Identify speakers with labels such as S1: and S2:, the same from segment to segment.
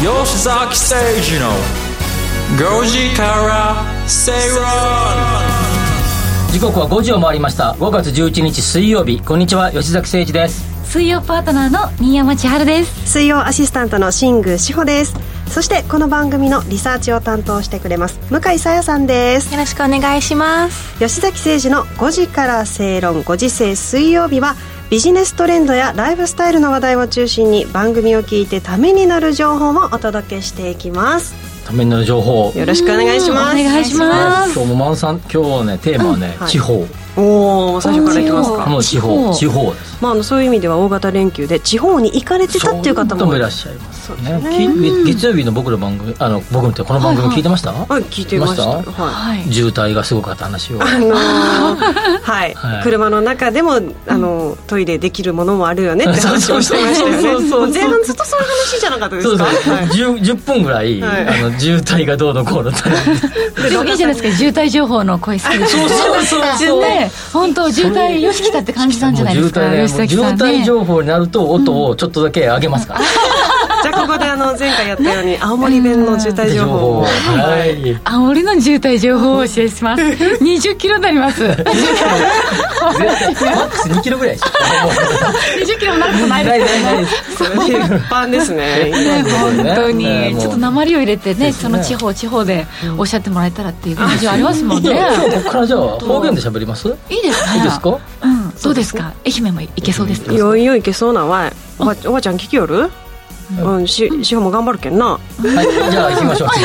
S1: 吉崎誠二の5時から正論
S2: 時刻は5時を回りました5月11日水曜日こんにちは吉崎誠二です
S3: 水曜パートナーの新山千春です
S4: 水曜アシスタントの新宮志保ですそしてこの番組のリサーチを担当してくれます向井さやさんです
S3: よろしくお願いします
S4: 吉崎誠二の5時から正論5時制水曜日はビジネストレンドやライフスタイルの話題を中心に番組を聞いてためになる情報もお届けしていきます
S2: ためになる情報
S4: よろしくお願いします
S3: お願いしま
S2: 今
S3: す
S2: 日もマンさん今日はねテーマはね、
S4: はい
S2: 地方
S4: おお最初からいきます
S3: あ
S4: か
S2: もう地方
S3: 地
S2: 地方です
S4: まああのそういう意味では大型連休で地方に行かれてたっていう方
S2: ちょっ
S4: も
S2: といらっしゃいますねき月月曜日の僕の番組あの僕のってこの番組聞いてました、
S4: はい聞いてました
S2: いました
S4: はい
S3: はい
S2: 渋滞がすごかった話を
S4: あのーはい、
S2: はい
S4: 車の中でも、あのートイレできるものもあるよねって話をしてましたよねもう前半ずっとそういう話じゃなかったです
S2: そう
S4: か
S2: そう
S4: はい
S2: 10 10分ぐらい、
S4: はい
S2: あの渋滞がどうのこうのって
S3: でもいいじゃないですか渋滞情報の声好きですそうそうそう
S4: そう
S3: ね本当渋滞よしきたって感じたんじゃないですか
S2: もう
S3: 吉
S2: 渋滞ね
S3: 崎
S2: 渋
S3: さん
S2: 滞
S3: ね
S2: 情報になると音をちょっとだけ上げますから、
S4: じゃあここであの前回やったように青森弁の渋滞情報を
S2: はい、
S3: 青森の渋滞情報をお教えします20キロになります 20
S2: 絶対マックス2キロぐらいでしょ
S3: キロになることないですよね
S2: ないです
S4: 一般です ね
S3: ね本当に、
S2: ねもう
S3: ちょっと鉛を入れてね
S2: ですね
S3: その地方地方でおっしゃってもらえたらっていう感じはありますもんね、
S2: 今日ここからじゃあ方言で喋りますい
S3: いいですね
S2: いですか
S3: うん、どうですか愛媛も行けそうですか
S4: いよいよいけそうなわいおばおばちゃん聞きよるうん、し志保も頑張るけんな
S2: はいじゃあ行きましょう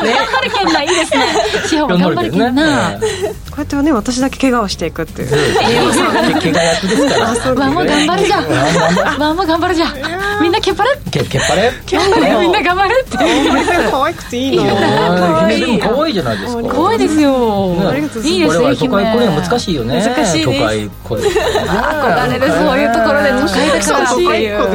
S3: 頑張るけんないいですね地方も頑張るけん な、
S4: こうやってね私だけ怪我をしていくっていう
S2: けが役ですから
S3: わも頑張るじゃんわも頑張るじゃんみんなけっぱれ
S2: けけっぱれ
S3: みんな頑張れって
S4: 可愛くていい
S3: の
S2: 愛いでも可愛いじゃないですか
S3: 怖いですよ、
S2: ね
S3: いいで
S2: 我
S3: すね
S2: 々都会これ難
S3: い
S2: しいよね
S3: 難しいです
S2: 都会これ憧
S3: れですそういうところで都会だからっていう
S2: 都会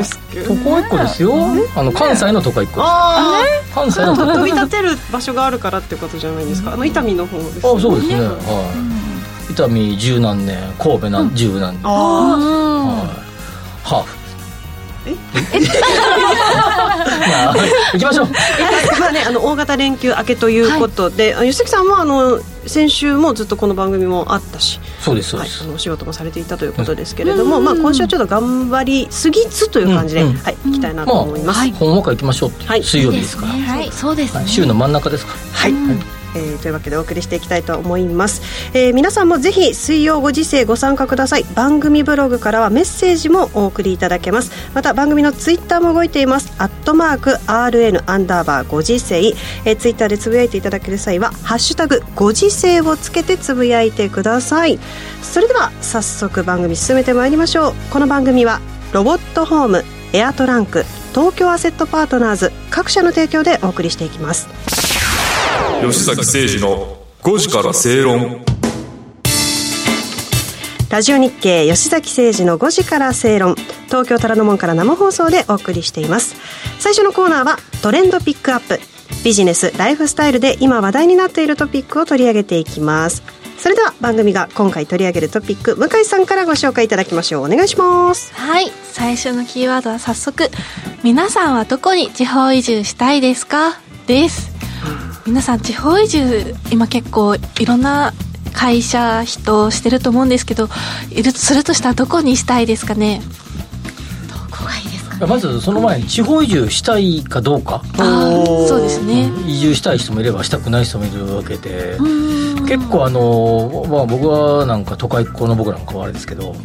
S2: っ子ですよあの関西の都会っ子です
S4: ああ
S2: 関西の都会っ子
S4: 飛び立てる場所があるからってことじゃないですかあの伊丹の方です
S2: あそうですねはい伊丹十何年神戸何十何年
S4: あ
S3: うん
S2: はいハーフ えまあ行きましょう
S4: あまあね、あの大型連休明けということで、あ吉崎さんもあの先週もずっとこの番組もあったし、
S2: そうですそう
S4: は
S2: で
S4: い、
S2: す
S4: あのお仕事もされていたということですけれども、まあ、今週はちょっと頑張りすぎつという感じで、
S2: うんうん
S4: はい、いきたいな
S2: ま
S4: と
S2: あ
S4: 思います。はい
S2: 本和歌行きましょうって
S4: はい
S2: 水曜日ですから
S3: ねはい、そうですね
S2: 週の真ん中ですか
S4: えーというわけでお送りしていきたいと思います、えー皆さんもぜひ水曜ご時世ご参加ください番組ブログからはメッセージもお送りいただけますまた番組のツイッターも動いていますアットマーク RN アンダーバーご時世、えーツイッターでつぶやいていただける際は「ハッシュタグご時世」をつけてつぶやいてくださいそれでは早速番組進めてまいりましょうこの番組はロボットホームエアトランク東京アセットパートナーズ各社の提供でお送りしていきます
S5: 吉崎誠二の5時から正論
S4: ラジオ日経吉崎誠二の5時から正論東京虎ノ門から生放送でお送りしています最初のコーナーはトレンドピックアップビジネスライフスタイルで今話題になっているトピックを取り上げていきますそれでは番組が今回取り上げるトピック向井さんからご紹介いただきましょうお願いします
S6: はい最初のキーワードは早速皆さんはどこに地方移住したいですかです皆さん地方移住今結構いろんな会社人してると思うんですけどいるするとしたらどこにしたいですかねどこがいいですから
S2: まずその前に地方移住したいかどうか
S6: あーそうですね
S2: 移住したい人もいればしたくない人もいるわけで
S6: うん
S2: 結構あの、まあ、僕はなんか都会っ子の僕なんかはあれですけど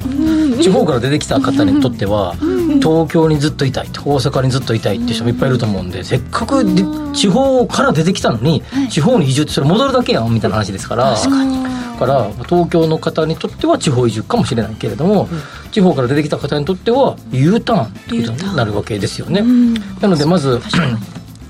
S2: 地方から出てきた方にとっては東京にずっといたいと大阪にずっといたいっていう人もいっぱいいると思うんでせっかくで地方から出てきたのに地方に移住ってそれ戻るだけやんみたいな話ですから。だから東京の方にとっては地方移住かもしれないけれども、地方から出てきた方にとっては U ターンということになるわけですよね。なのでまず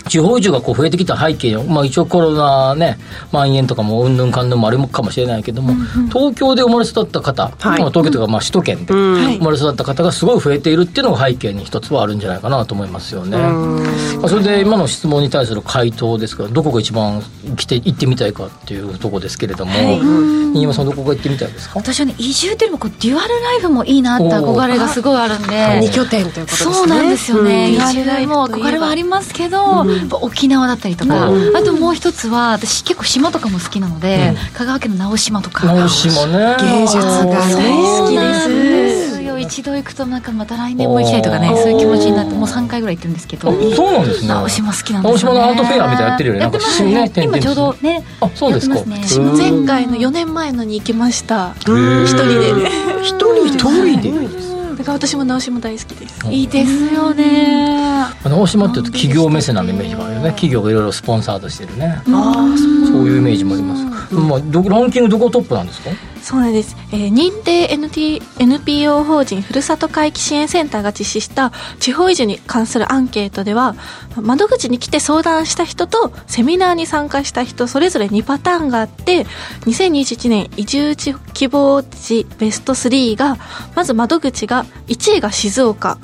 S2: 地方移住がこう増えてきた背景を、まあ、一応コロナね蔓延とかもうんぬんかんぬんもあるかもしれないけども、東京で生まれ育った方、まあ東京というかまあ首都圏で生まれ育った方がすごい増えているっていうのが背景に一つはあるんじゃないかなと思いますよね。まあ、それで今の質問に対する回答ですからどこが一番来て行ってみたいかっていうところですけれども、新山さんどこが行ってみたいですか
S7: 私はね移住というよりもこうデュアルライフもいいなって憧れがすごいあるんで
S4: 二拠点ということですね
S7: そうなんですよね、
S6: うん
S7: 移住も憧れはありますけど、やっぱ沖縄だったりとか、
S2: う
S7: あともう一つは私結構島とかも好きなので、香川県の直島とか
S2: 直島ね
S4: 芸術が
S7: 大好きで
S6: そう
S7: すよ一度行くとなんかまた来年も行きたいとかねそういう気持ちになってもう3回ぐらい行ってるんですけど
S2: あそうなんですね
S7: 直島好きなんで
S2: 直
S7: すよ、
S2: 島
S7: ね、
S2: のアートフェアみたいなのやってるよね
S7: や
S2: なん
S7: って
S2: か
S7: ます
S2: 新
S7: ね
S2: ね点
S7: 今
S2: 々
S7: ちょうどね
S2: あそうですか
S7: やってますね
S2: へー
S6: 前回の4年前のに行きまし
S2: へ
S6: た
S2: ー
S6: 一人でね
S4: 一人で
S2: 一人で
S6: だから私も直しも大好きです
S7: いいですよね
S2: 直島っていうと企業目線なイメージがあるよね企業がいろいろスポンサードしてるね
S4: ああ
S2: そういうイメージもあります、まあ、どランキングどこトップなんですか
S6: そうなんです、えー認定 NT NPO 法人ふるさと回帰支援センターが実施した地方移住に関するアンケートでは窓口に来て相談した人とセミナーに参加した人それぞれ2パターンがあって2021年移住地希望地ベスト3がまず窓口が1位が静岡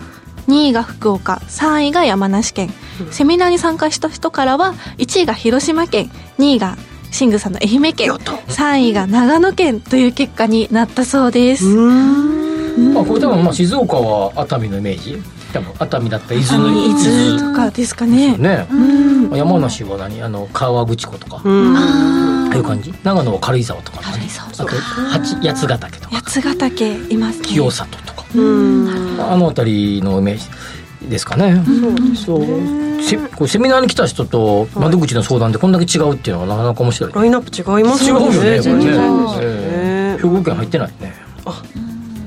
S6: 2位が福岡3位が山梨県セミナーに参加した人からは1位が広島県2位がシングさんの愛媛県3位が長野県という結果になったそうです、
S2: まあ、これ多分まあ静岡は熱海のイメージ多分熱海だったら伊豆の
S6: 伊豆とかですかね
S2: ね、まあ山梨は何あの川口湖とか、ああいう感じ長野は軽井沢とか、ね、
S7: 軽井沢
S2: あと八八ヶ岳とか
S6: 八ヶ岳いますね
S2: 清里とか、あの辺りのイメージですかね、そうせこうセミナーに来た人と窓口の相談でこんだけ違うっていうのはなかなか面白い、
S4: ラインナップ違います
S2: 違うよ
S4: よね
S2: ねこれ
S4: 全
S2: ね
S4: 然
S2: ええ兵
S4: ね
S2: 庫県入ってないね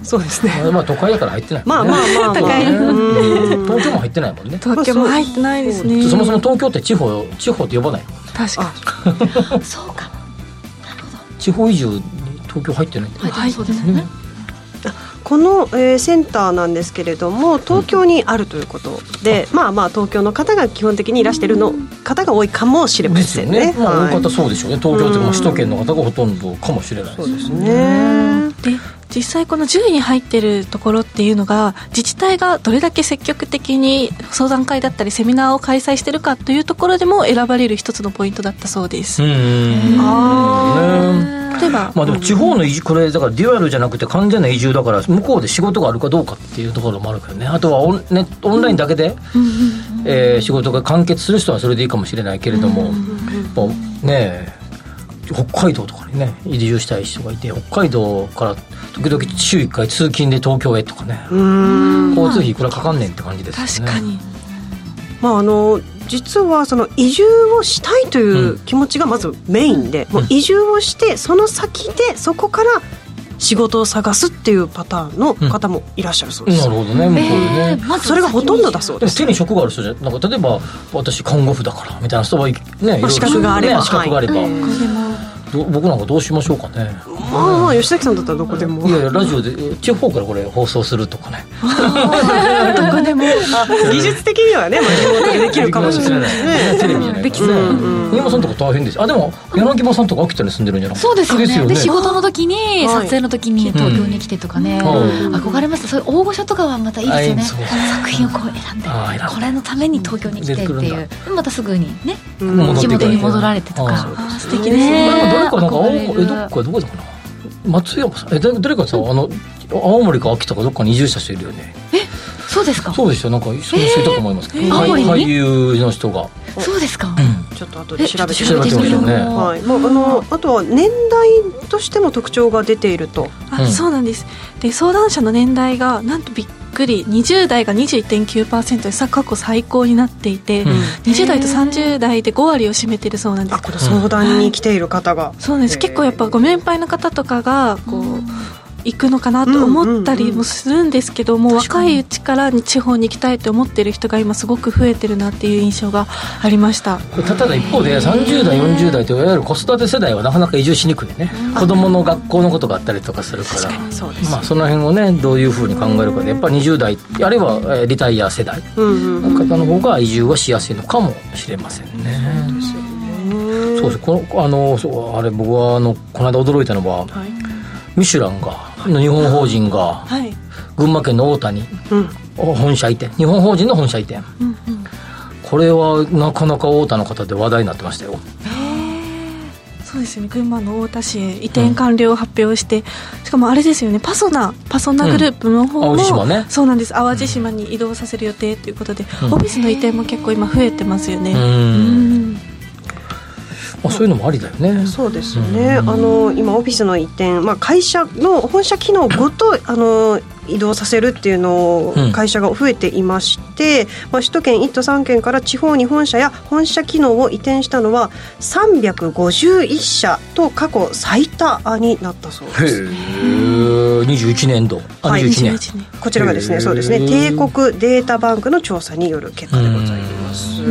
S4: そうですね
S2: まあ都会だから入ってないもん
S4: まあ
S2: ね、
S4: まあまあまあ
S6: 高い
S4: うん
S2: 東京も入ってないもんね
S6: 東京も入ってないですね
S2: そもそも東京って地方地方って呼ばない
S6: 確か
S7: そうかも
S2: 地方移住に東京入ってないんだ
S7: 入ってもそうですよね
S4: この、えーセンターなんですけれども東京にあるということで、まあまあ東京の方が基本的にいらしてるの方が多いかもしれま
S2: です
S4: せ
S2: よ
S4: ん
S2: ね、
S4: ね。
S2: まあ、
S4: はい
S2: 大方そうでしょうね東京ってもう首都圏の方がほとんどかもしれないです
S4: ですね。
S6: で実際この10位に入ってるところっていうのが自治体がどれだけ積極的に相談会だったりセミナーを開催してるかというところでも選ばれる一つのポイントだったそうです、
S2: うんね
S6: 例えば
S2: まあでも地方の移住これだからデュアルじゃなくて完全な移住だから向こうで仕事があるかどうかっていうところもあるけどねあとはオン,、ね、オンラインだけで、えー仕事が完結する人はそれでいいかもしれないけれども、もうねえ北海道とかにね移住したい人がいて北海道から時々週1回通勤で東京へとかね交通費いくらかかんねんって感じですよね
S6: 確かに
S4: まああの実はその移住をしたいという気持ちがまずメインで、もう移住をしてその先でそこから仕事を探すっていうパターンの方もいらっしゃるそうです。
S2: なるほどね向こうでね、
S7: えーまず
S4: それがほとんどだそう
S2: で
S4: で
S2: も
S4: す。
S2: 手に職がある人じゃなんか例えば私看護婦だからみたいな人はいねいろいろ
S4: 資格があれば
S2: ね資格があれば、ど僕なんかどうしましょうかね
S4: まあまあ吉崎さんだったらどこでも。
S2: いやいやラジオで地方からこれ放送するとかね
S4: 技術的にはね、まあ、リモートでできるかもしれないですね。
S2: テレビじゃない
S7: で
S2: か
S7: き
S2: ら
S7: そう
S2: ね新山さんとか大変ですあでも柳葉さんとか秋田に住んでるんじゃない
S7: そうですよね
S2: ですよね
S7: で仕事の時に、
S4: はい
S7: 撮影の時に東京に来てとかね、
S2: うん
S7: 憧れましたそういう大御所とかはまたいいですよね、
S2: あそう
S7: 作品をこう選んで
S2: あ選んで
S7: これのために東京に来てって
S2: 出てく
S7: い
S2: るん
S7: うでまたすぐにね
S2: 戻って
S7: 地
S2: くる
S7: 元に戻られてと
S2: あそう
S7: か
S2: です
S7: 素敵
S2: こ
S7: ね
S2: れもどれかなんか青森え
S7: 憧
S2: ど
S7: れ
S2: っ
S7: る
S2: かどこだかな松山さんえ誰誰かさあの青森か秋田かどっかに移住した人いるよね
S7: そうですかそ
S2: そうですよなんかそう人いたと思いますけど、
S7: え
S2: 俳
S7: ー青森に
S2: 俳優の人が
S7: うですか、
S4: ちょっと後で調べて
S7: えちょっと調べてみよう
S2: 調べてみましょうね
S4: はい、もうあのあとは年代としても特徴が出ていると。
S6: あ
S2: うん
S6: そうなんですで相談者の年代がなんとびっくり20代が21.9%でさ過去最高になっていて、
S2: ん
S6: 20代と30代で5割を占めてるそうなんで
S4: あ、
S6: す
S4: この相談に来ている方が。
S6: そうなんです結構やっぱご年配の方とかがこう行くのかなと思ったりもするんですけども、若いうちから地方に行きたいと思ってる人が今すごく増えてるなっていう印象がありました
S2: これただ一方で30代40代といわゆる子育て世代はなかなか移住しにくいね、子供の学校のことがあったりとかするから
S4: そうで
S2: まあ、その辺をねどういうふうに考えるかでやっぱり20代あるいはえーリタイア世代
S4: うんうん
S2: の方の方が移住はしやすいのかもしれませんね。そうですこのあのそうあれ僕はあのこの間驚いたのは、
S6: い
S2: ミシュランがの日本法人が
S6: はい
S2: 群馬県の大田に
S4: うん
S2: 本社移転日本法人の本社移転、これはなかなか太田の方で話題になってましたよ
S6: そうですよね群馬の太田市へ移転完了を発表して、しかもあれですよねパソナパソナグループの方も、
S2: うん淡路島ね
S6: そうなんです淡路島に移動させる予定ということで、
S2: うん
S6: オフィスの移転も結構今増えてますよね、
S2: うん
S6: うん
S2: まあ、そういうのもありだよね
S4: そうですよね、あの今オフィスの移転、まあ、会社の本社機能ごとあの移動させるっていうのを
S2: うん
S4: 会社が増えていまして、まあ、首都圏1都3県から地方に本社や本社機能を移転したのは351社と過去最多になったそうです。
S2: 21年度あ
S4: はい
S2: 21年、
S6: 11年
S4: こちらがです
S2: へ
S4: ね、
S2: ー
S4: そうですね、帝国データバンクの調査による結果でございます。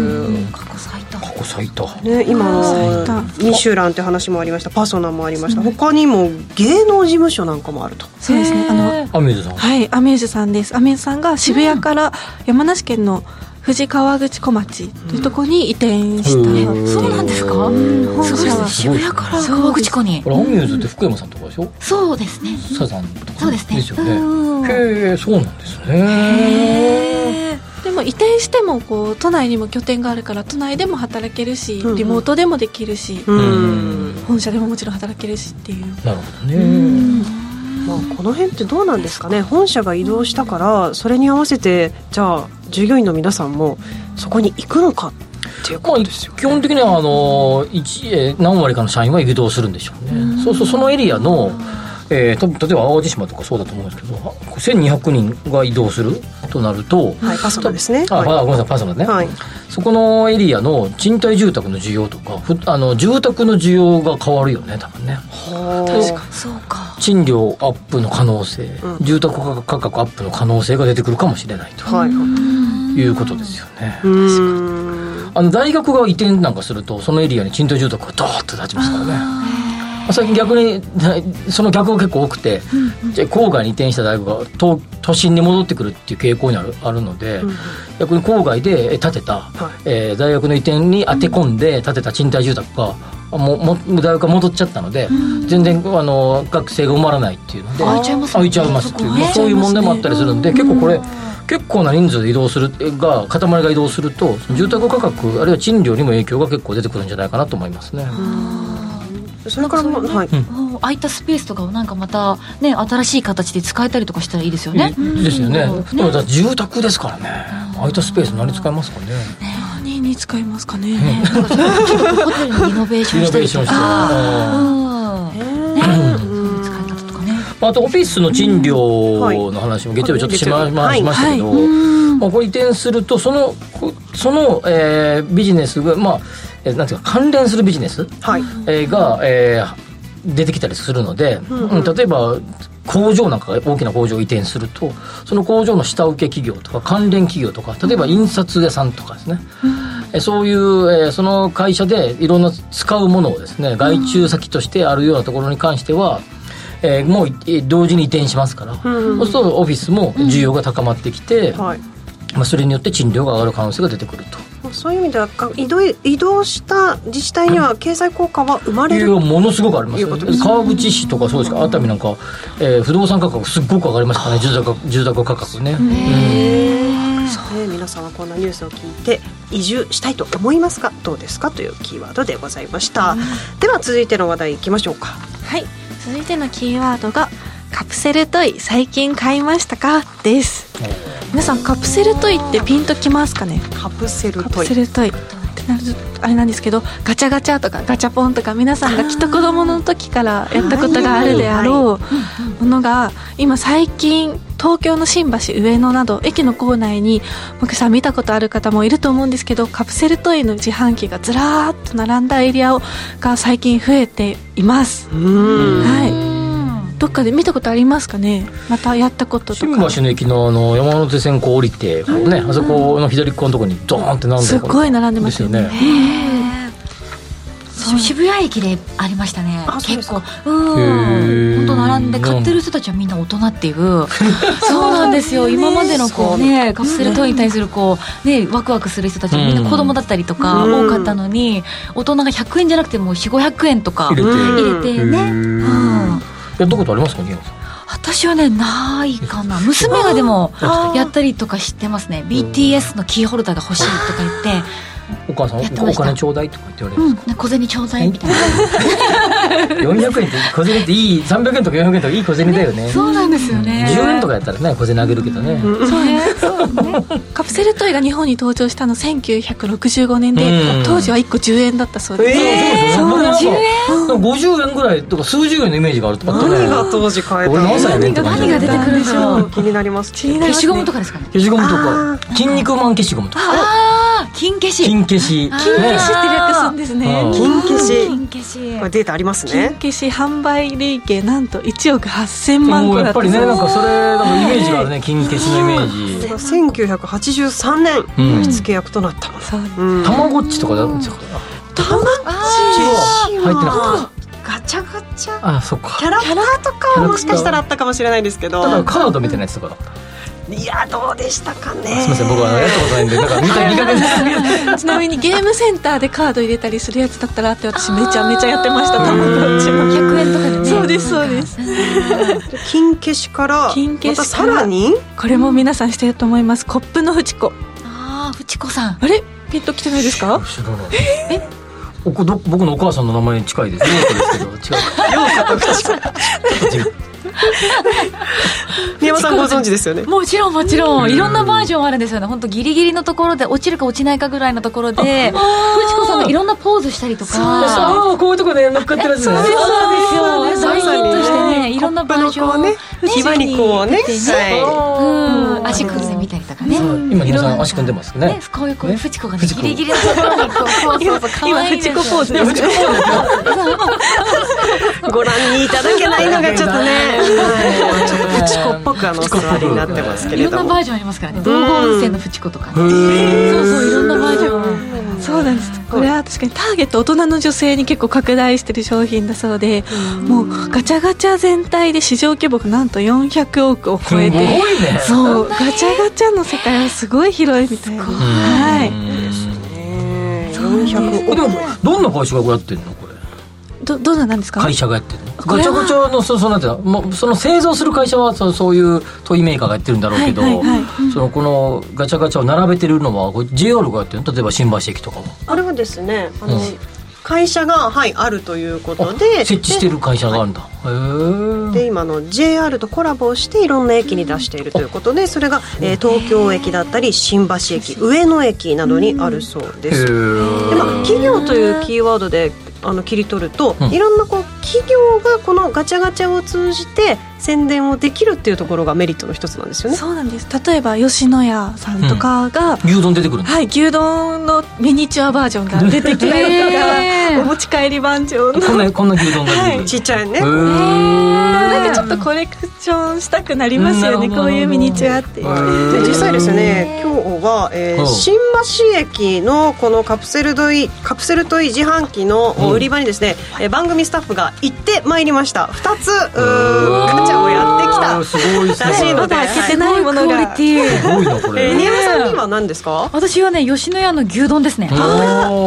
S7: 過去最多
S2: 過去最多
S4: ね、今の
S6: 最多
S4: ミシュランって話もありました、パソナもありました、他にも芸能事務所なんかもあると。
S6: そうですねあの
S2: あ水さん
S6: はい、アメージュさんです。アメージュさんが渋谷から山梨県の富士川口小町というところに移転した。
S2: うん
S7: そうなんですか
S2: うん
S6: 本
S7: そう
S6: 社
S7: です
S6: は
S7: ね渋谷から川口湖に
S2: これアミューズって福山さんとかでしょ
S7: そうですね
S2: サザンとか
S7: そうですね
S2: ですよねへえそうなんですね
S6: へーでも移転してもこう都内にも拠点があるから都内でも働けるし、
S4: うんうん
S6: リモートでもできるし、
S4: うん
S6: 本社でももちろん働けるしっていう。
S2: なるほどね
S4: まあ、この辺ってどうなんですかね本社が移動したからそれに合わせてじゃあ従業員の皆さんもそこに行くのかっていう
S2: ま
S4: こ
S2: あ
S4: とですよ、
S2: 基本的にはあの一えー何割かの社員は移動するんでしょうね、そうそうそのエリアの、えー、と例えば淡路島とかそうだと思うんですけど1200人が移動するとなると、
S4: はいパソナですね
S2: あ、
S4: はい
S2: あごめんなさいパソナね、
S4: はい
S2: そこのエリアの賃貸住宅の需要とかふあの住宅の需要が変わるよね多分ね
S4: 確か
S7: そうか
S2: 賃料アップの可能性、
S4: うん
S2: 住宅価格アップの可能性が出てくるかもしれないと
S4: はい
S2: いうことですよね、
S4: うーん
S2: あの大学が移転なんかするとそのエリアに賃貸住宅がドーッと立ちますからねまあ最近逆にだいその逆が結構多くて、じゃあ郊外に移転した大学が都都心に戻ってくるっていう傾向にあるあるので、
S4: うん
S2: 逆に郊外でえ建てた、えー大学の移転に当て込んで建てた賃貸住宅が、あもうもう大学が戻っちゃったので、全然あの学生が埋まらないっていうので
S7: 空いちゃいますよ
S2: 空
S7: ね
S2: いちゃいますっていう、
S7: そこね
S2: まあそういう問題もあったりするんで、結構これ。結構な人数で移動するが塊が移動するとその住宅価格あるいは賃料にも影響が結構出てくるんじゃないかなと思いますね。
S4: それからも
S7: なんかそれね
S4: はい
S7: うん空いたスペースとかをなんかまたね新しい形で使えたりとかしたらいいですよね
S2: いいですよね。
S7: うん
S2: でもだって住宅ですからね。空いたスペース何使いますかね。
S6: 何に使いますかね。
S7: ホテルのリノベーシ
S2: リ
S7: ョン
S2: ノ
S7: し
S2: ベ
S7: た
S2: ー
S7: り
S2: シ
S7: と
S2: ョンして。
S7: か
S2: あ
S7: あ
S4: ね
S7: ー使い方とかね
S2: あとオフィスの賃料の話も月曜日ちょっとしま,、
S4: はい
S2: しましたけど、まあ、これ移転するとそのこその、えービジネスがまあ、えーなんていうか関連するビジネス、
S4: はい
S2: えーが、えー出てきたりするので、うん例えば工場なんかが大きな工場を移転するとその工場の下請け企業とか関連企業とか例えば印刷屋さんとかですね、えーそういう、えーその会社でいろんな使うものをですね外注先としてあるようなところに関しては、えーもういえー同時に移転しますから、そうするとオフィスも需要が高まってきて、
S4: はい
S2: まあ、それによって賃料が上がる可能性が出てくると。
S4: まあそういう意味ではか移動移動した自治体には経済効果は生ま
S2: い
S4: れ
S2: や
S4: る
S2: ものすごくあります
S4: いう
S2: よ
S4: ことです
S2: 川口市とかそうですか熱海なんか、えー不動産価格すっごく上がりましたからね住宅価住宅価格ね、
S4: ね、皆さんはこんなニュースを聞いて移住したいと思いますかどうですかというキーワードでございました、では続いての話題いきましょうか
S6: はい、続いてのキーワードがカプセルトイ最近買いましたかです。皆さんカプセルトイってピンときますかね？
S4: カプセル
S6: カ
S4: ト
S6: プ
S4: イ
S6: セルトイってなるあれなんですけど、ガチャガチャとかガチャポンとか皆さんがきっと子供の時からやったことがあるであろうものが今最近東京の新橋上野など駅の構内に僕さん見たことある方もいると思うんですけどカプセルトイの自販機がずらーっと並んだエリアをが最近増えています。
S4: うん
S6: はい、
S7: うん
S6: どっかで見たことありますかねまたやったことと
S2: 新
S6: か
S2: 橋の駅のあの山手線こう降りて、こうねあそこの左側のとこにドーンって並んでる
S6: すっごい並んでますよね
S2: ですよね
S7: そう渋谷駅でありましたね
S4: あそうで
S7: 結
S4: すか
S7: 構う
S2: へー
S7: ん本当並んで買ってる人たちはみんな大人っていう そうなんですよ今までのこうねカプセルトイに対するこうねワクワクする人たちはみんな子供だったりとか
S4: うん
S7: 多かったのに大人が100円じゃなくてもう4500円とか
S2: 入れて、
S7: 入
S4: う
S7: れ
S4: ん
S7: て
S2: へ
S7: ね
S2: ー
S7: うん
S2: やったことありますかニノさん
S7: 私はねないかな娘がでもやったりとかしてますね BTS のキーホルダーが欲しいとか言って
S2: お母さん
S7: やってま
S2: お
S7: した
S2: 金ちょうだいとか言って言
S7: う
S2: わ
S7: ん小銭ちょうだいみたいな
S2: れる、400円って小銭っていい300円とか400円とかいい小銭だよね
S7: そうなんですよね
S2: 10円とかやったらね小銭あげるけどね、
S6: カプセルトイが日本に登場したの1965年
S2: うん
S6: で当時は1個10円だったそうです、
S2: そうなんですよなんか50円ぐらいとか数十円のイメージがあるとかってね
S4: 何が当時変えた
S2: 俺何歳や
S4: の
S2: ねんって感じ
S7: 何が出てくるんでしょう
S4: 気になります
S7: 消しゴムとかですかね
S2: 消しゴムとか筋肉マン消しゴムとか
S7: ああ金消し
S2: 金消し
S7: 金消し
S6: って略すんですね
S2: うん
S4: 金消し
S7: 金消し
S4: これデータあります
S6: 金
S4: ね
S6: 消し販売累計なんと1億8000万
S2: も
S6: 個
S2: うや
S6: だっ
S2: ったぱ
S6: そうで
S2: り
S6: す
S2: ねなんかそれなんかイメージがあるね金消しのイメージ
S4: 1983年
S2: うん
S4: 火付け役となったも
S6: そう
S4: の、うん、
S2: たまごっちとかだったんですよ
S4: あー
S2: 入ってなかっ
S4: ガチャガチャ
S2: たあそっ
S4: キ
S2: か
S4: ャラクターとかはもしかしたらあったかもしれないですけど
S2: だからカードみたいなやつとかだった
S4: いやどうでしたかね
S2: すみません僕はあのやったことないんでなんか見た見かけです
S6: ちなみにゲームセンターでカード入れたりするやつだったらあって私めちゃめちゃやってましたたまごっちも
S7: 100円とかでね
S6: そうですそうです
S4: 金消しから
S6: 金消し
S4: またさらに
S6: これも皆さんしてると思いますコップのフチ子
S7: ああフチコさん
S6: あれピンときてないです か
S2: 知らないおこど僕のお母さんの名前に近いですねですけど違うかちょっと違う
S4: 宮本さんご存知ですよね
S7: もちろんもちろ
S2: うん
S7: んいろんなバージョンあるんですよね本当ギリギリのところで落ちるか落ちないかぐらいのところでフチコさんがいろんなポーズしたりとか
S2: ああこういうとこで乗っかってるやつね
S7: そうですよ大ヒットしてねいろんなバージョンをね
S4: ひばにこうね
S7: 出て
S4: は
S7: うん足組んでみたりとかね
S2: そう今日本さん足組んでますけどね
S7: ねこういうこういう
S2: ね
S7: フチコが
S2: フ
S7: ね
S2: チコ
S7: ギリギリのところにこうそうそうそう 可愛いですよ
S2: いやフチ子ポーズ
S4: いご覧にいただけないのがちょっとねはいちょっとプチコっぽくあのお座りになってますけ
S7: い
S4: れ
S7: ろん
S4: ど
S7: な
S4: も
S7: バージョンありますからね道後温泉のフチコとかねそうそういろんなバージョン
S6: そうなんです これは確かにターゲット大人の女性に結構拡大してる商品だそうでもうガチャガチャ全体で市場規模がなんと400億を超え
S2: す
S6: て
S2: ごいね
S6: そうガチャガチャの世界はすごい広いみたいなはい
S4: ね400
S2: これでもどんな会社がこうやってんのこれ
S6: どどんななんですか
S2: 会社がやってるの
S6: こ
S2: ガ
S6: れ
S2: チャ
S6: は
S2: ガチャのそそのなんていうのもうその製造する会社はそそういうトイメーカーがやってるんだろうけど、
S6: はいはいはい
S2: そのこのガチャガチャを並べてるのはこれ JR がやってるの例えば新橋駅とかは
S4: あれはですねあ
S2: う
S4: の
S2: ん
S4: 会社がはいあるということで
S2: 設置してる会社があるんだ、へえ
S4: で今の JR とコラボをしていろんな駅に出しているということでそれが、えー東京駅だったり新橋駅上野駅などにあるそうです。でまあ、企業というキーワードであの切り取ると、
S2: うん
S4: いろんなこう企業がこのガチャガチャを通じて宣伝をできるっていうところがメリットの一つなんですよね。
S6: そうなんです例えば吉野家さんとかが、
S2: 牛丼出てくるんだ
S6: はい、牛丼のミニチュアバージョンが出てきたりとか、お持ち帰り番長の
S2: こ んなこんな牛丼が出てくる、
S4: ちっちゃいね。
S2: へ
S6: なんかちょっとコレクションしたくなりますよね
S2: うん
S6: こういうミニチュアっていう
S4: で実際です
S2: ね
S4: ね今日は、えー
S2: うん
S4: 新橋駅のこのカプセルトイカプセルトイ自販機の
S2: うん
S4: 売り場にですね、えー番組スタッフが行ってまいりました2つうー
S2: わ
S4: ガチャをやってきた
S2: すごいです
S4: らしいの
S2: ね
S4: で、
S6: 開けてないもの
S7: クオリ
S6: が
S7: ティ
S2: すごいなこ
S4: え
S2: れ、
S4: ー、新山さんには何ですか
S7: 私はね吉野家の牛丼ですね
S2: お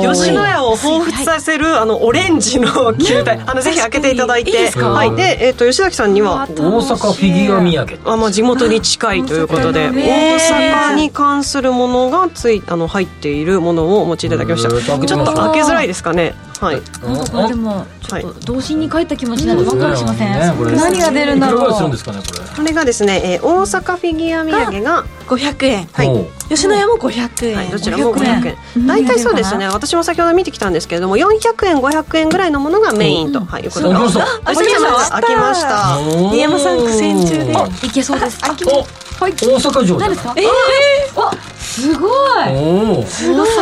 S2: ー
S4: 吉野家を彷彿させるあのオレンジの球体、あのぜひ開けていただいて
S7: いいです
S2: か
S4: はいでえっ、と吉崎さんに
S2: 大
S4: は
S2: 阪フィギュア土産
S4: あまあ地元に近いということで大阪に関するものがついあの入っているものをお持ちいただきまし
S2: うん
S4: た。ちょっと開けづらいですかね。はい。
S7: なんかこれでもちょっと童心に帰った気持ちになってワクワクしません、
S2: ねこれ
S7: 何が出るんだ
S2: いくらぐらい
S7: ろ
S2: するんで
S7: う
S2: すかねこれ
S4: これがですね、えー大阪フィギュア土産が、
S6: 500円
S4: はい
S2: おう
S6: 吉野家も500円、
S4: はい、どちらも
S7: 500
S4: 500円大体そうですね私も先ほど見てきたんですけれども400円500円ぐらいのものがメインと、はい、いうことで
S2: お
S4: お
S2: 嬢さん
S4: お嬢様開きました
S2: おー
S6: 新山さん苦戦中で
S2: あ
S7: いけそうですあ
S2: お
S7: はい
S2: 大阪城
S7: 何
S2: だ
S7: ですかえあすご
S2: お
S7: い
S2: お
S7: 大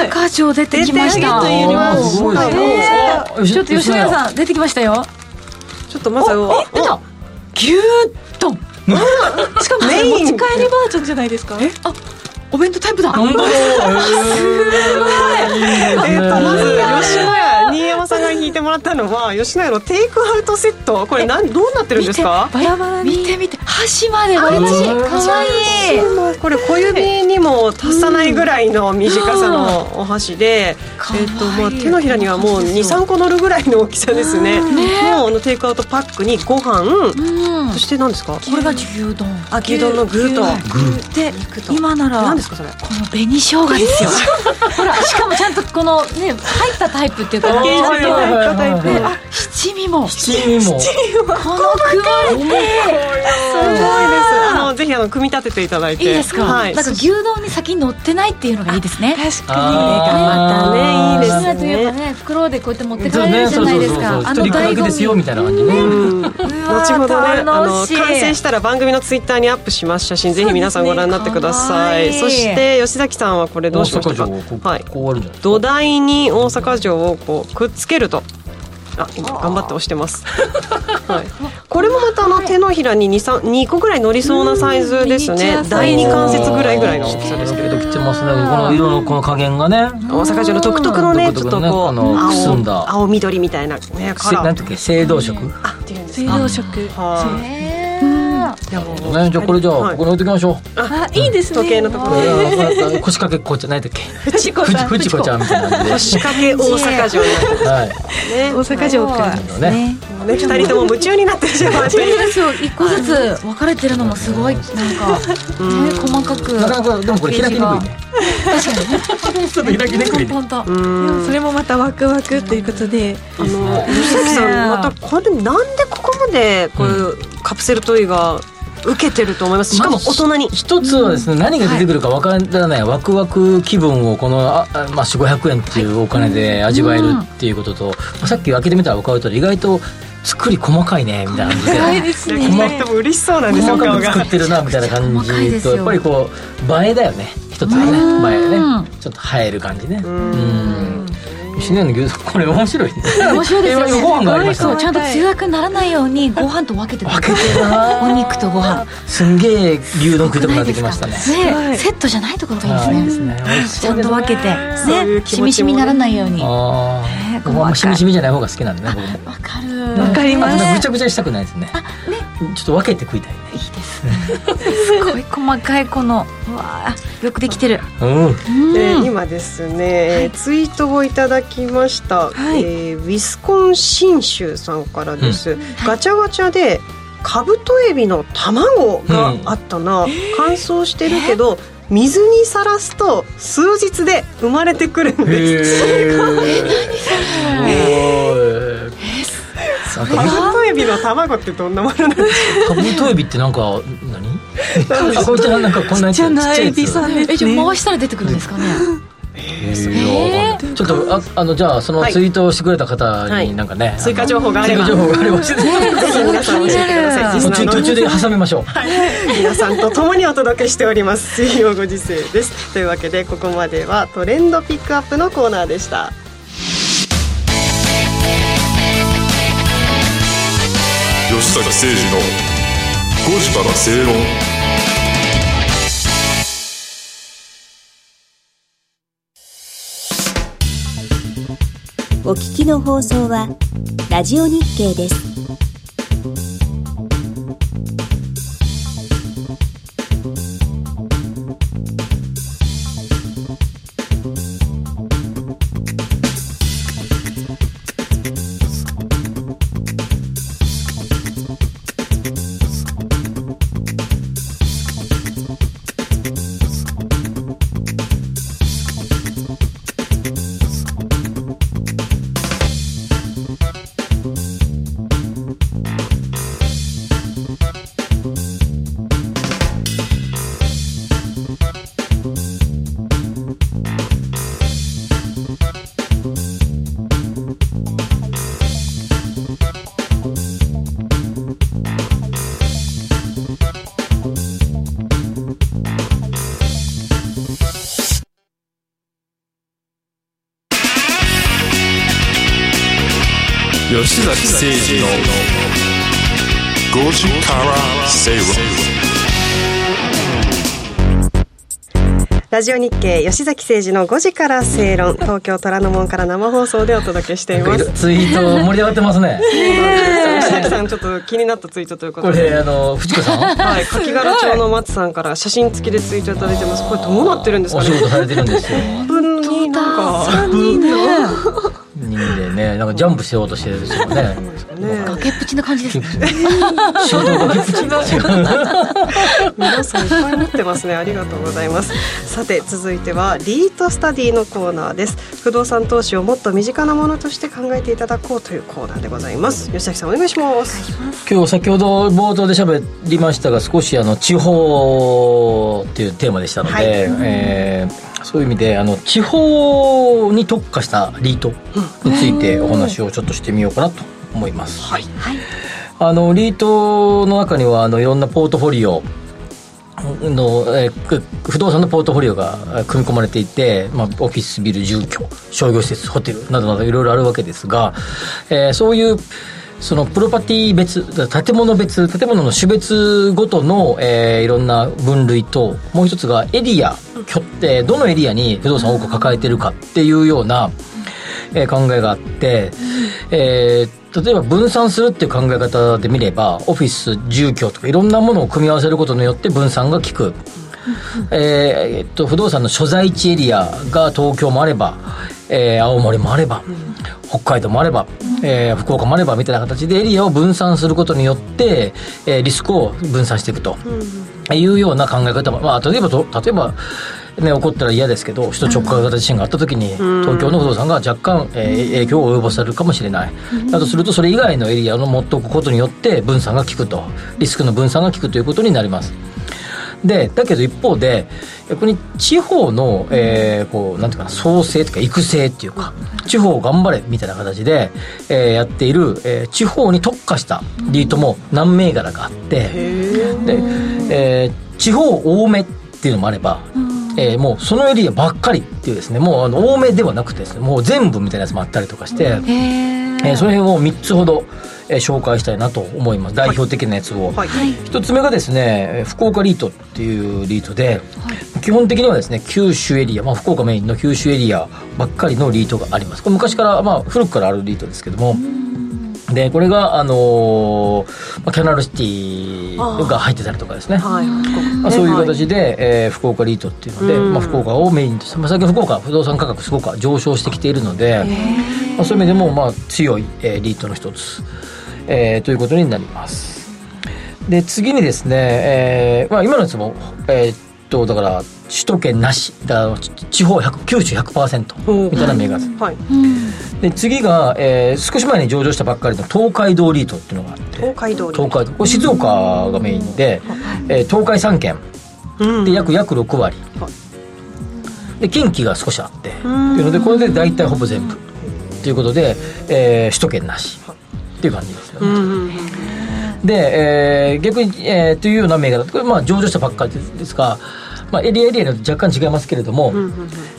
S7: 阪城出てきました
S4: 出てきま
S2: したすごいですね
S7: えーちょっと吉野家
S2: ん
S7: さん出てきましたよ
S4: ちょっとまずはお
S7: ぎゅーっと
S6: しかも
S4: メイン
S6: 持ち帰りバージョンじゃないですかあ
S7: お弁当タイプだ
S2: 本当だ
S4: えーとまず吉野家新山さんが引いてもらったの は吉野家のテイクアウトセットこれなんどうなってるんですか
S6: バラバラ
S7: 見
S6: に
S7: て見て箸まで割り箸
S2: あ
S7: かわいい
S4: これ小指にも足さないぐらいの短さのお箸で、
S7: うん
S4: えっとまあ、
S7: かわいい
S4: 手のひらにはもう
S7: この箸ですよ
S4: 23個乗るぐらいの大きさですねもうあのテイクアウトパックにご飯、
S7: うん
S4: そして何ですか
S7: これが牛丼
S4: あ牛丼の具と
S7: で
S4: 肉と
S7: 今なら
S4: 何
S7: こ
S4: ですかそれ
S7: の紅生姜ですよほらしかもちゃんとこのね入ったタイプっていうか
S4: あー
S7: ちゃん
S4: はいはい
S7: と
S4: はい硬い
S2: はい
S7: であ七味も
S2: 七味も
S7: この組まれて
S4: すごいですあのぜひあの組み立てていただいて
S7: いいですか、
S4: はい、
S7: なんか牛丼に先に乗ってないっていうのがいいですね
S6: 確
S4: あー
S7: 吉
S4: また
S7: 野
S4: ねいい
S7: と
S4: で
S7: い
S4: す
S7: えば
S4: ね
S7: ね袋でこうやって持って帰れるじゃないですか、
S2: 一人いくだけですよみたいな感じね
S4: うん後ほどねあの
S7: 楽しい
S4: 完成したら番組のツイッターにアップします写真ぜひ皆さんご覧になってください
S7: そう
S4: そ
S7: です
S4: し
S7: ね
S4: て吉崎さんはこれどうしました
S2: 大
S4: か
S2: 阪城をこう
S4: はい
S2: こうあるんじゃないですか
S4: 土台に大阪城をこうくっつけるとあ今頑張って押してます、はい、これもまたあの手のひらに 2, 2個ぐらい乗りそうなサイズです
S6: うんミニチュ
S4: ね
S6: アサイ
S4: 第
S6: ズ
S4: 二関節ぐらいぐらいの大きさですけれど
S2: 来てますねこの色のこの加減がね
S4: 大阪城の独特のねちょっとこ
S2: あ
S4: う
S2: のくすん
S4: 青
S2: だ
S4: 青緑みたいなねカ
S2: せ
S4: ラ
S2: なん
S4: ー
S2: ていうっけ青銅色ね
S4: あっていうんです
S6: 水
S4: か
S6: 道食
S4: はい
S7: ね
S4: でも
S2: じゃあこれじゃあ
S4: はい
S2: ここに置いときましょう
S6: あいいですね
S4: 時計のとこ
S2: これは腰掛けこうじゃないだっけ
S6: ろチコ
S2: ふち
S6: さん
S2: ふちこちゃんみたいな感じで
S4: 仕掛け大阪城になってます
S2: はい
S4: ね
S6: 大阪城くん
S2: のね
S4: もうね二人とも夢中になってしま うという
S7: ですよ一個ずつ分かれてるのもすごいなんか、ね、細かく
S2: なかなかでもこれ開きにくいねちょっと開きにくいね
S7: ポンポンと
S4: うん
S6: それもまたワクワクということで
S4: あの吉崎さんまたこれなんでここまでこういうカプセルトイが受けてると思いますしかも大人に
S2: 一つはですね、何が出てくるかわからない、ワクワク気分をこのああまあ4500円っていうお金で味わえるっていうことと、さっき開けてみたら分かると意外と作り細かいねみたいな感じで。
S6: ないです
S4: で
S6: ね
S4: 二人とも嬉しそうなんですよ
S2: 細か
S4: 顔
S2: く
S4: が
S2: 作ってるなみたいな感
S7: 細かいで
S2: じ
S7: す
S2: と
S7: よ
S2: やっぱりこう映えだよね一つはね映えねちょっと映える感じねうん吉野家の牛丼これ面白いね
S7: 面白いですよね
S2: 今ご飯がありました
S7: そう
S2: ね
S7: ちゃんと強くならないようにご飯と分けて
S2: 分けてるな
S7: お肉とご飯
S2: すんげえ牛丼食いたくなってきましたね
S7: ねセットじゃないところがいいで
S2: あ
S7: す
S2: ー
S7: ね
S2: いいですね美味し
S7: ち
S2: そ
S7: ゃ
S2: うんです
S7: と分けて
S4: そういう
S7: ねし
S4: 気持ちもね
S7: みしみならないようにわ
S2: あ
S7: ね
S2: あ、
S7: 細
S2: 僕
S7: か
S2: はいしみしみじゃない方が好きなんでね、僕も。
S7: かる
S6: わかり
S2: あ
S6: ま
S2: とねぐ
S6: す
S2: ちゃぐちゃにしたくないですね。ちょっと分けて食いたいね。
S7: すごい細かいこのうわあよくできてる
S2: うん。
S4: えー今ですね、えーツイートをいただきました、
S6: はい
S4: えーウィスコンシン州さんからです、ガチャガチャでカブトエビの卵があったな、乾燥してるけど、水にさらすと数日で生まれてくるん
S2: へえ。
S4: です
S2: すごい。
S4: カ
S2: なんか
S4: ブトエビの卵ってどんなものなんですか
S2: カブトエビってなんか何？あこいつなんかこんなやつ
S6: じゃな
S2: や
S6: い
S2: つ
S6: ビさんですね
S7: えじゃあ回したら出てくるんですかね
S2: へえちょっとああのじゃあその
S4: はい
S2: ツイートをしてくれた
S4: は
S2: 方
S4: い
S2: になんかね、
S4: 追加情報があ
S2: 追
S4: れば
S2: 加情報があ れば教えてください
S4: ぜひ皆さん教えてくださいリス
S2: 途
S4: ナー
S2: 中
S4: の
S2: 途中で挟みましょう。
S4: 皆さんと共にお届けしております水曜ご時世ですというわけでここまではトレンドピックアップのコーナーでした
S5: 吉崎誠二の5時から正論
S8: お聞きの放送はラジオ日経です。
S5: 吉崎誠二の5時から正論
S4: ラジオ日経吉崎誠二の5時から正論東京虎ノ門から生放送でお届けしてい
S2: な
S4: ま
S2: んか
S4: す
S2: ツイート盛り上がってますね
S4: 吉崎さんちょっと気になったツイートというこ
S2: こと
S4: で
S2: れあの藤子さん
S4: はい、カキガラ町の松さんから写真付きでツイートいただいてますこれどうなってるんです
S2: お
S4: かね
S2: 仕事されてるんですよ
S4: 分になんか
S2: 人でねなんかジャンプしようとしてるんですよね
S4: ね
S7: 崖っぷちな感じですね
S2: 仕事がプチ
S4: 皆さんいっぱい持ってますねありがとうございますさて続いてはリートスタディのコーナーです不動産投資をもっと身近なものとして考えていただこうというコーナーでございます吉崎さんお願いします
S2: 今日先ほど冒頭で喋りましたが少しあの地方っていうテーマでしたので、
S4: はい
S2: えーそういう意味であの地方に特化したリートについてお話をちょっとしてみようかなと思います。はい、あのリートの中にはあのいろんなポートフォリオの、えーく不動産のポートフォリオがえー組み込まれていて、まあ、オフィスビル住居商業施設ホテルなどなどいろいろあるわけですが、えーそういうそのプロパティ別建物別建物の種別ごとの、えーいろんな分類ともう一つがエリア拠えーどのエリアに不動産を多く抱えてるかっていうような、えー考えがあって、えー例えば分散するっていう考え方で見ればオフィス住居とかいろんなものを組み合わせることによって分散が効く。えーえっと、不動産の所在地エリアが東京もあれば、えー青森もあれば、北海道もあれば、えー福岡もあればみたいな形でエリアを分散することによって、えーリスクを分散していくというような考え方も、まあ、例えばと例えば、ね、起こったら嫌ですけど首都直下型地震があった時に東京の不動産が若干、えー影響を及ぼされるかもしれないだとするとそれ以外のエリアを持っておくことによって分散が効くとリスクの分散が効くということになります。でだけど一方で逆に地方の、えーこうなんていうかな創生とか育成っていうか地方を頑張れみたいな形で、えーやっている、えー地方に特化したリートも何銘柄があってで、えー地方多めっていうのもあれば。えーもうそのエリアばっかりっていうですねもうあの多めではなくてですねもう全部みたいなやつもあったりとかして、えーその辺を3つほど、えー紹介したいなと思います代表的なやつを、
S4: はい、
S2: 一つ目がですねえー福岡リートっていうリートで、基本的にはですね九州エリア、まあ、福岡メインの九州エリアばっかりのリートがありますこれ昔から、まあ、古くからあるリートですけどもでこれが、あのーまあキャナルシティが入ってたりとかですね
S4: はい、
S2: まあ、そういう形で、えー福岡リートっていうので、
S4: うん
S2: まあ、福岡をメインとして、まあ、最近福岡は不動産価格すごく上昇してきているので、まあ、そういう意味でも、まあ、強い、えーリートの一つ、えーということになりますで次にですね、えーまあ、今のやつもえーっとだから首都圏なしだからち地方100 9100%みたいな銘柄です
S4: はい、
S2: で次が、えー少し前に上場したばっかりの東海道リートっていうのがあって
S4: 東海道に
S2: 東海道これ静岡がメインで、えー東海3県
S4: うん
S2: で約約6割
S4: は
S2: で近畿が少しあってってい
S4: ん
S2: うのでこれで大体ほぼ全部ということで、えー首都圏なしっていう感じですよね、
S4: うんうんうん
S2: で、えー逆に、えーというような銘柄これまあ上場したばっかりですが、まあ、エリアエリアによって若干違いますけれども、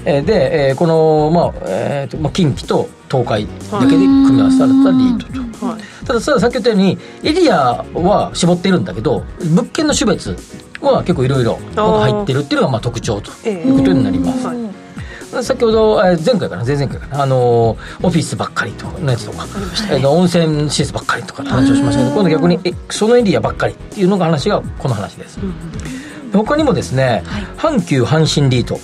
S2: えーで、えーこの、まあえーとまあ、近畿と東海だけで組み合わせられたリートと。
S4: はい
S2: ただささっき言ったようにエリアは絞ってるんだけど物件の種別は結構いろいろ入ってるっていうのがまあ特徴と
S4: ええ
S2: いうことになります、
S4: はい
S2: 先ほどえー前回かな前々回かなあのーオフィスばっかりとかのやつとか、えー温泉施設ばっかりとかって話をしましたけど今度逆にえそのエリアばっかりっていうのが話がこの話です、他にもですね、阪急阪神リートっ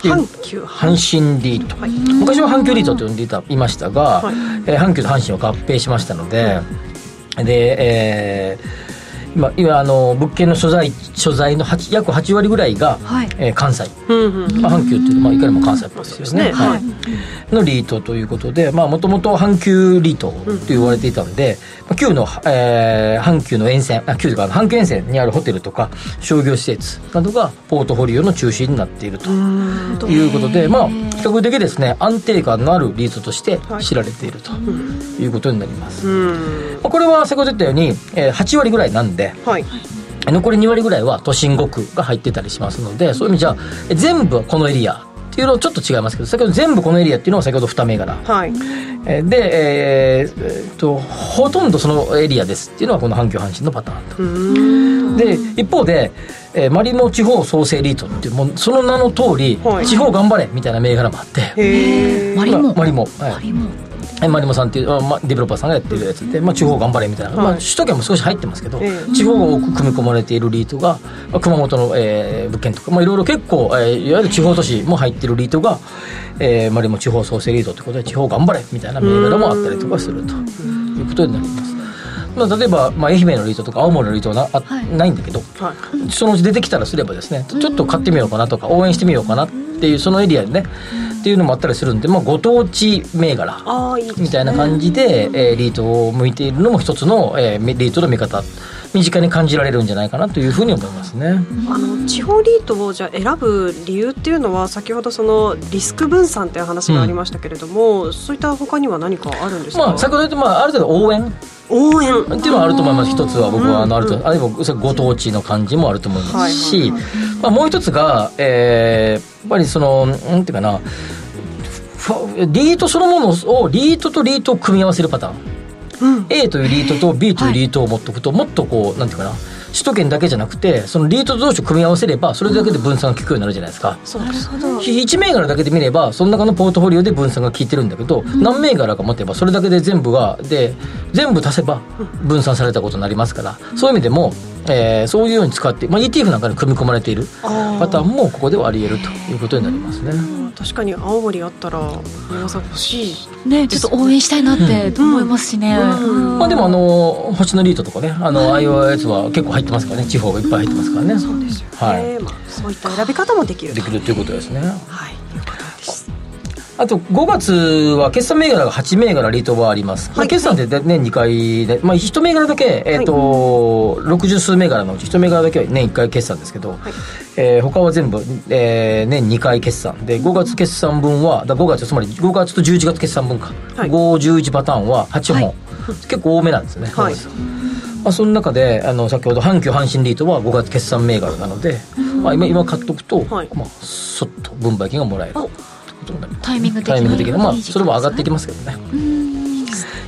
S2: ていう
S4: 阪急阪
S2: 阪神リート、
S4: はい
S2: 昔は阪急リートと呼んでいたいましたが、
S4: はい
S2: えー阪急と阪神は合併しましたので、で、えー今今あの物件の所在所在の8約8割ぐらいが、
S7: はい
S2: えー関西、
S4: うんうん
S2: まあ、阪急っていうと、まあ、いかにも関西っぽいですよね
S4: そうですね
S2: はいのリートということでもともと阪急リートと言われていたので、まあ、旧の、えー阪急の沿線あ旧というか阪急沿線にあるホテルとか商業施設などがポートフォリオの中心になっているということで、まあ、比較的ですね安定感のあるリートとして知られているということになります、
S4: うん
S2: まあこれは先ほど言ったように、えー8割ぐらいなんで
S4: はい
S2: 残り2割ぐらいは都心5区が入ってたりしますのでそういう意味じゃえ全部はこのエリアっていうのはちょっと違いますけど先ほど全部このエリアっていうのは先ほど2銘柄
S4: はい
S2: えーで、えーえーっとほとんどそのエリアですっていうのはこの阪急阪神のパターンと。で一方で、えーマリモ地方創生エリートっていうもうその名の通り、
S4: はい
S2: 地方頑張れみたいな銘柄もあって
S4: へえ
S7: マリモ
S2: まマリモ、はい、マリモさんっていう、あま、デベロッパーさんがやってるやつで、まあ、地方頑張れみたいな、まあ、
S4: はい
S2: 首都圏も少し入ってますけど、
S4: ええ
S2: 地方が多く組み込まれているリートが、まあ熊本の、えー物件とか、まあ、いろいろ結構、えーいわゆる地方都市も入ってるリートが、えーまあ、でも地方創生リートということで地方頑張れみたいな銘柄もあったりとかするということになります。まあ、例えば、まあ、愛媛のリートとか青森のリートはな,あ、ないんだけど、
S4: はい
S2: そのうち出てきたらすればですねちょちょっと買ってみようかなとか応援してみようかなっていうそのエリアでねっていうのもあったりするんで、まあ、ご当地銘柄
S4: ああいい
S2: みたいな感じで、えーリートを向いているのも一つの、えーリートの見方身近に感じられるんじゃないかなというふうに思いますね。
S4: あの地方リートをじゃあ選ぶ理由っていうのは先ほどそのリスク分散っていう話がありましたけれども、そういった他には何かあるんですか、
S2: まあ、先ほど言って、まあ、ある程度応援
S4: 応援
S2: っていうのはあると思います一つは僕はあのあると、
S4: う
S2: あるいはそれご当地の感じもあると思います
S4: はい
S2: し、
S4: はい
S2: まあ、もう一つが、えーやっぱりそのなんていうかなふリートそのものをリートとリートを組み合わせるパターン、A というリートと B というリートを持っておくと、もっとこうなんていうかな首都圏だけじゃなくてそのリート同士を組み合わせればそれだけで分散が効くようになるじゃないですか、1銘柄だけで見ればその中のポートフォリオで分散が効いてるんだけど、何銘柄か持てばそれだけで全部がで全部足せば分散されたことになりますから、そういう意味でも、えーそういうように使って、まあ、ETF なんかに組み込まれているパターンもここではあり得るということになりますね。
S4: 確かに青森あったら皆さん欲しい
S7: ねちょっと応援したいなって思いますしね、
S2: まあ、でもあの星野リートとかねあの IOS は結構入ってますからね地方がいっぱい入ってますからね。そうですよは
S4: えーまあ、そういった選び方もできる
S2: い、
S4: と
S2: できるということですね。
S4: はいいうことです
S2: あと5月は決算銘柄が8銘柄リートはあります、
S4: はい
S2: 決算って年2回で、まあ、1銘柄だけ、えーと60数銘柄のうち1銘柄だけは年1回決算ですけど、えー他は全部、えー年2回決算で5月決算分はだ5月つまり5月と11月決算分か、
S4: はい
S2: 511パターンは8本、結構多めなんですね、
S4: はい
S2: まあ、その中であの先ほど阪急阪神リートは5月決算銘柄なので、まあ、今今買っとくと、
S4: はい
S2: まあ、そっと分配金がもらえるということになります
S7: タイミング的に
S2: タイミング的な、まあ、
S7: いい時期
S2: それも上がってきますけどね。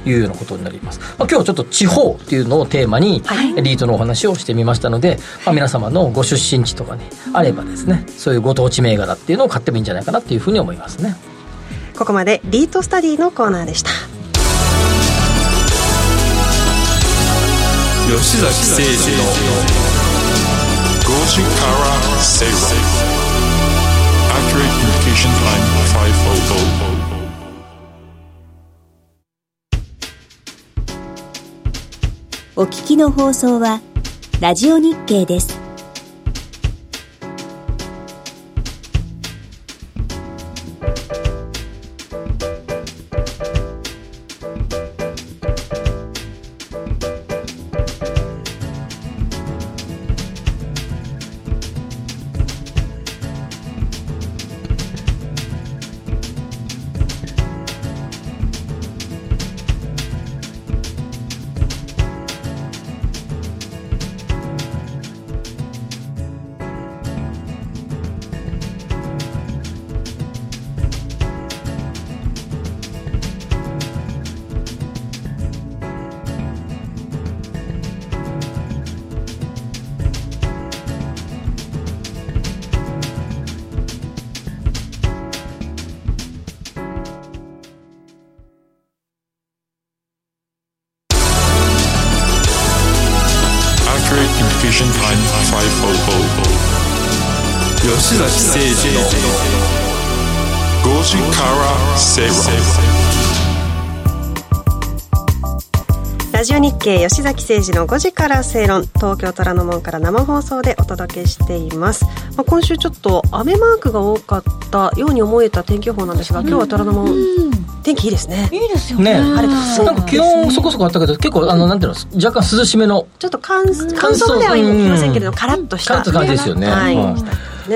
S2: いうようなことになります。まあ、今日はちょっと地方っていうのをテーマに、リートのお話をしてみましたので、まあ、皆様のご出身地とかね、あればですね、そういうご当地銘柄っていうのを買ってもいいんじゃないかなっていうふうに思いますね。
S4: ここまでリートスタディのコーナーでした
S5: 吉崎誠二の5時から正論 Accurate Communication Time 500
S8: お聞きの放送はラジオ日経です。
S5: Accurate Communication Time 500吉崎誠二の5時から正論
S4: ラジオ日経吉崎誠二の5時から正論東京虎ノ門から生放送でお届けしています、まあ、今週ちょっと雨マークが多かったように思えた天気予報なんですが今日は虎ノ門、天気いいですね
S7: いいですよ
S2: ね
S7: ね
S2: あ
S4: れですね
S2: なんか気温そこそこあったけど、結構、あの、なんていうの、若干涼しめの、
S4: ちょっと乾乾燥まではいきませんけれどカラッとした
S2: カラッとした感じですよね
S4: はい
S2: うん
S4: ね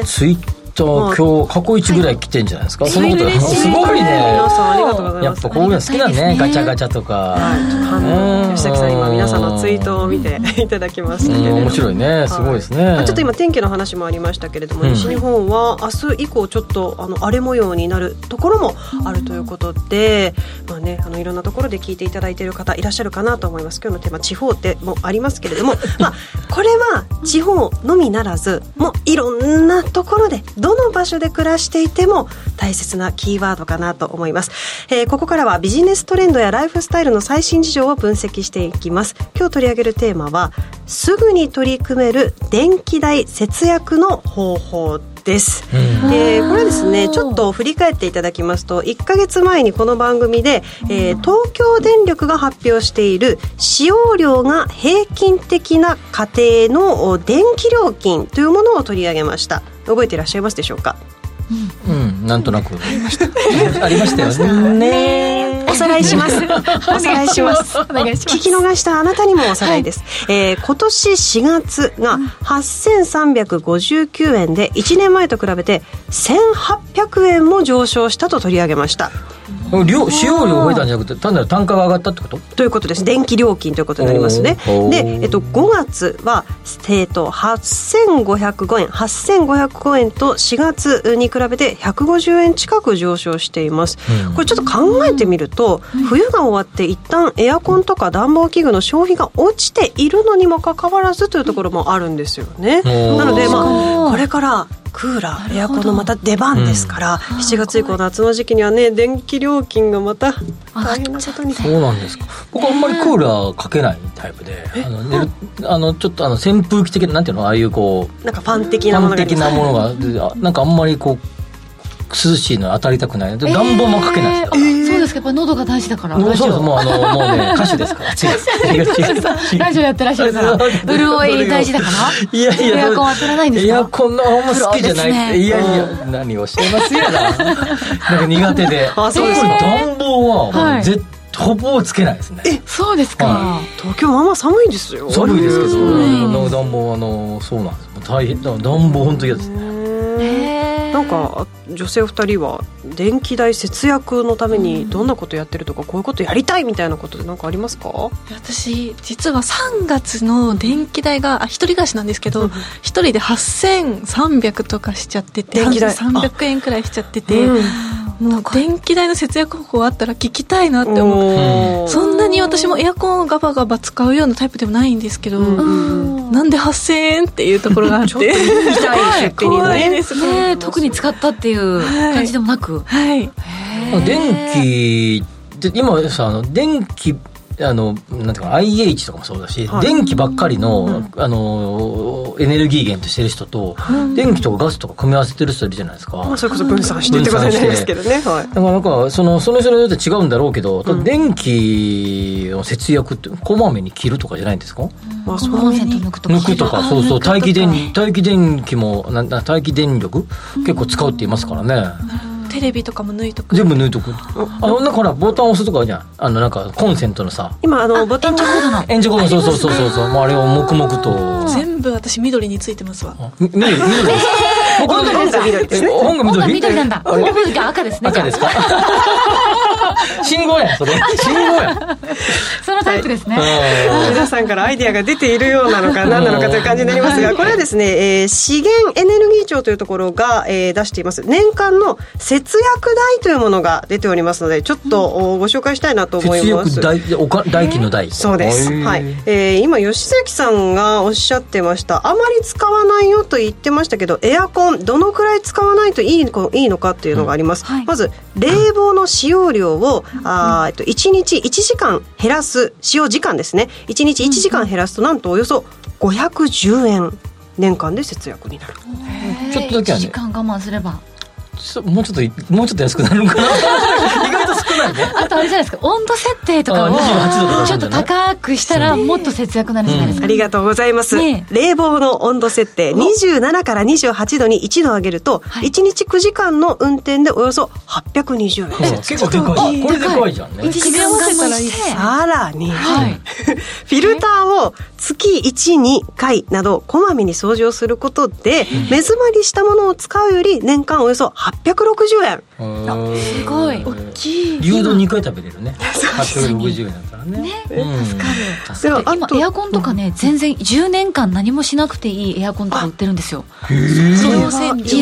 S2: ツイッと今日過去一ぐらい来てんじゃないですか、そのことがすごいね
S4: 皆さんありがとうござい
S2: や
S4: ま
S2: っ
S4: す
S2: ぱこういうの好きだねガチャガチャとか、
S4: はい
S2: うん
S4: 吉崎さん今皆さんのツイートを見ていただきましたけれ
S2: うん
S4: ども
S2: 面白いねすごいですね、
S4: あちょっと今天気の話もありましたけれども、
S2: うん
S4: 西日本は明日以降ちょっとあの荒れ模様になるところもあるということで、まあねあのいろんなところで聞いていただいている方いらっしゃるかなと思います。今日のテーマ地方でもありますけれど も、まあこれは地方のみならず、もういろんなところでどの場所で暮らしていても大切なキーワードかなと思います。えーここからはビジネストレンドやライフスタイルの最新事情を分析していきます。今日取り上げるテーマはすぐに取り組める電気代節約の方法です。えーこれはですねちょっと振り返っていただきますと1ヶ月前にこの番組で、えー東京電力が発表している使用量が平均的な家庭のお電気料金というものを取り上げました覚えていらっしゃいますでしょうか
S2: うん、なんとなくありましたありましたよね
S4: おさらいし ます。 おさらいします。 聞き逃したあなたにもおさらいです。えー今年4月が8359円で、1年前と比べて1800円も上昇したと取り上げました。
S2: 量使用量増えたんじゃなくて単なる単価が上がったってこと
S4: ということです。電気料金ということになりますね。
S2: おー
S4: で、えっと、5月は、えっと、8505円、8505円と4月に比べて150円近く上昇しています。
S2: うん
S4: これちょっと考えてみると、冬が終わって一旦エアコンとか暖房器具の消費が落ちているのにもかかわらずというところもあるんですよね。
S2: ー
S4: なので、
S7: 確か
S4: まあ、
S7: に
S4: これからクーラーエアコンのまた出番ですから、7月以降夏の時期にはね電気料金がまた大変なことに
S2: そうなんですか僕あんまりクーラーかけないタイプであの寝るあのちょっとあの扇風機的ななんていうのああいうこう
S4: なんかファン的なもの
S2: 端
S4: があり
S2: 的
S4: ます
S2: なものがであなんかあんまりこう涼しいのに当たりたくないで暖房もかけないです
S7: えーあそうですかやっぱ喉が大事だから
S2: もう
S7: ラジ
S2: そうです
S7: オ
S2: もうあのもうね歌手ですから違う違う違う 違う
S7: ラジオやってらっしゃるから潤い大事だから
S2: いやいや
S7: エアコンは当たらないんです
S2: エ
S7: か
S2: アコンのほんま好きじゃない、
S6: プロですね
S2: いやいや何をおっしゃいますやらなんか苦手で
S4: あそうですか
S2: やっぱり暖房はも
S7: は
S2: う
S7: い
S2: ぜほぼつけないですね
S7: そうですか
S2: は
S4: 東京はあんま寒いんですよ
S2: 寒いですけど、
S7: うん
S2: あの暖房あのそうなんです大変だ暖房本当嫌です
S7: へー
S4: なんか女性二人は電気代節約のためにどんなことやってるとかこういうことやりたいみたいなことでなんかありますか
S6: 私実は3月の電気代があ一人暮らしなんですけど一人で8300とかしちゃってて
S4: 電気代
S6: 300円くらいしちゃってて、もう電気代の節約方法あったら聞きたいなって思う
S4: おー
S6: そんなに私もエアコンをガバガバ使うようなタイプでもないんですけど、
S4: うん
S6: なんで8000円っていうところがあっ
S4: ちょっと痛
S6: て
S4: い出費に
S6: 怖い
S4: ね
S6: ですね
S7: ね特に使ったっていう感じでもなく
S6: はい
S2: 電気で今さあの電気あのなんていうか IH とかもそうだし、
S4: はい
S2: 電気ばっかりの,、あのエネルギー源としてる人と、電気とかガスとか組み合わせてる人いるじゃないですか、
S4: まあそれこそ分散してってことになりますけどねは
S2: だ
S4: い
S2: からなんかそのその人によって違うんだろうけど、ただ電気の節約ってこまめに切るとかじゃないんですか、
S4: まあそ
S7: コ
S4: う
S7: ンセント抜くとか
S2: 抜くとか
S6: あ
S2: そうそう
S6: 抜くとか
S2: 待機電待機電気もなんだ待機電力、結構使うって言いますからね
S6: テレビとかも抜いとく
S2: 全部抜いとくあのなんかほらボタン押すとかあるじゃんあのなんかコンセントのさ
S4: 今あのボタンが
S2: 炎上コードそうそうそうそうそうもうあれを黙々と
S6: 全部私緑についてますわ
S2: み緑緑です僕
S4: 音楽が緑ですね
S2: 本が
S7: 本
S2: 緑
S7: が緑なんだ
S2: あれ
S7: 緑が赤ですね
S2: 赤ですか信号やんそれ信号やん
S7: そのタイプですね、
S2: うん
S4: 皆さんからアイデアが出ているよう なのか何なのかという感じになりますがこれはですね、えー資源エネルギー庁というところが、えー出しています年間の節約代というものが出ておりますのでちょっと、おご紹介したいなと思
S2: 節
S4: います
S2: 約代おか代金の代
S4: そうです、
S2: へー
S4: はいえー今吉崎さんがおっしゃってましたあまり使わないよと言ってましたけどエアコンどのくらい使わないといいのいいのかっていうのがあります、まず冷房の使用量を、あーえっと、1日1時間減らす使用時間ですね1日1時間減らすとなんとおよそ510円年間で節約になる
S2: ちょっとだけはね
S7: 一時間我慢すれば
S2: ちょっともうちょっといもうちょっと安くなるのかな意外と少ないね
S7: あとあれじゃないですか温度設定とか
S2: あ28度とか
S7: をち
S2: そ
S7: ょ
S2: う
S7: っ
S2: だ
S7: と
S2: ね
S7: 高くしたらもっと節約になるじゃないですか、
S4: ありがとうございます。
S7: ね
S4: 冷房の温度設定27から28度に1度上げると、
S7: い
S4: 1日9時間の運転でおよそ820円
S2: ほら
S4: 節約。
S2: 結構でかいこれでかいじゃんね
S7: 一時間我慢して
S4: さらに、
S7: はい
S4: フィルターを月12回などこまめに掃除をすることで目詰まりしたものを使うより年間およそ860円
S2: す
S7: ごい
S2: 大きい牛丼2回食べれるね860円だからねうん
S7: 助かる
S4: では
S7: 今エアコンとかね全然10年間何もしなくていいエアコンとか売ってるんですよ自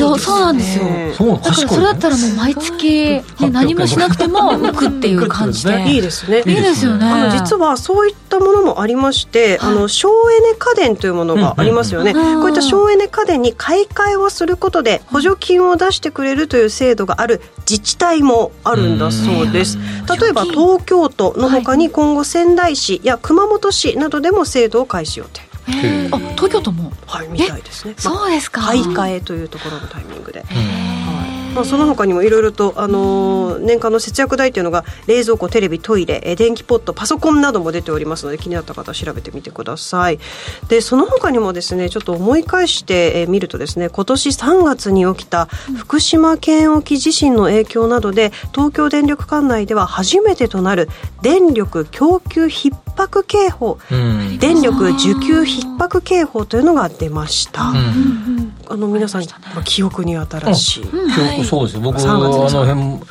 S7: 動そうなんですよ
S2: そう
S7: だから
S2: 賢い
S7: それだっ
S2: ね
S7: たらもう毎月、ね、何もしなくても浮くっていう感じで
S2: うん
S4: いいですね
S7: いいですよね
S4: あの実はそういったものもありまして、あの省エネ家電というものがありますよね、
S7: うんうんうん
S4: こういった省エネ家電に買い替えをすることで補助金を出してくれるという制度がある自治体もあるんだそうです、例えば東京都の他に今後仙台市や熊本市などでも制度を開始予定
S7: へーあ東京都も
S4: はいみたいですね、まあ
S7: そうですか
S4: 買い替えというところのタイミングで。はいまあ、その他にもいろいろと、あのー年間の節約代というのが冷蔵庫テレビトイレえー電気ポットパソコンなども出ておりますので気になった方は調べてみてくださいでその他にもですねちょっと思い返してえー見るとですね今年3月に起きた福島県沖地震の影響などで東京電力管内では初めてとなる電力供給逼迫警報
S2: うん
S4: 電力需給逼迫警報というのが出ました、
S2: うん
S4: あの皆さん、まあ記憶に新しい、
S2: 今日そうですよ僕あ
S4: 3月
S2: の
S4: ですか
S2: 辺オフ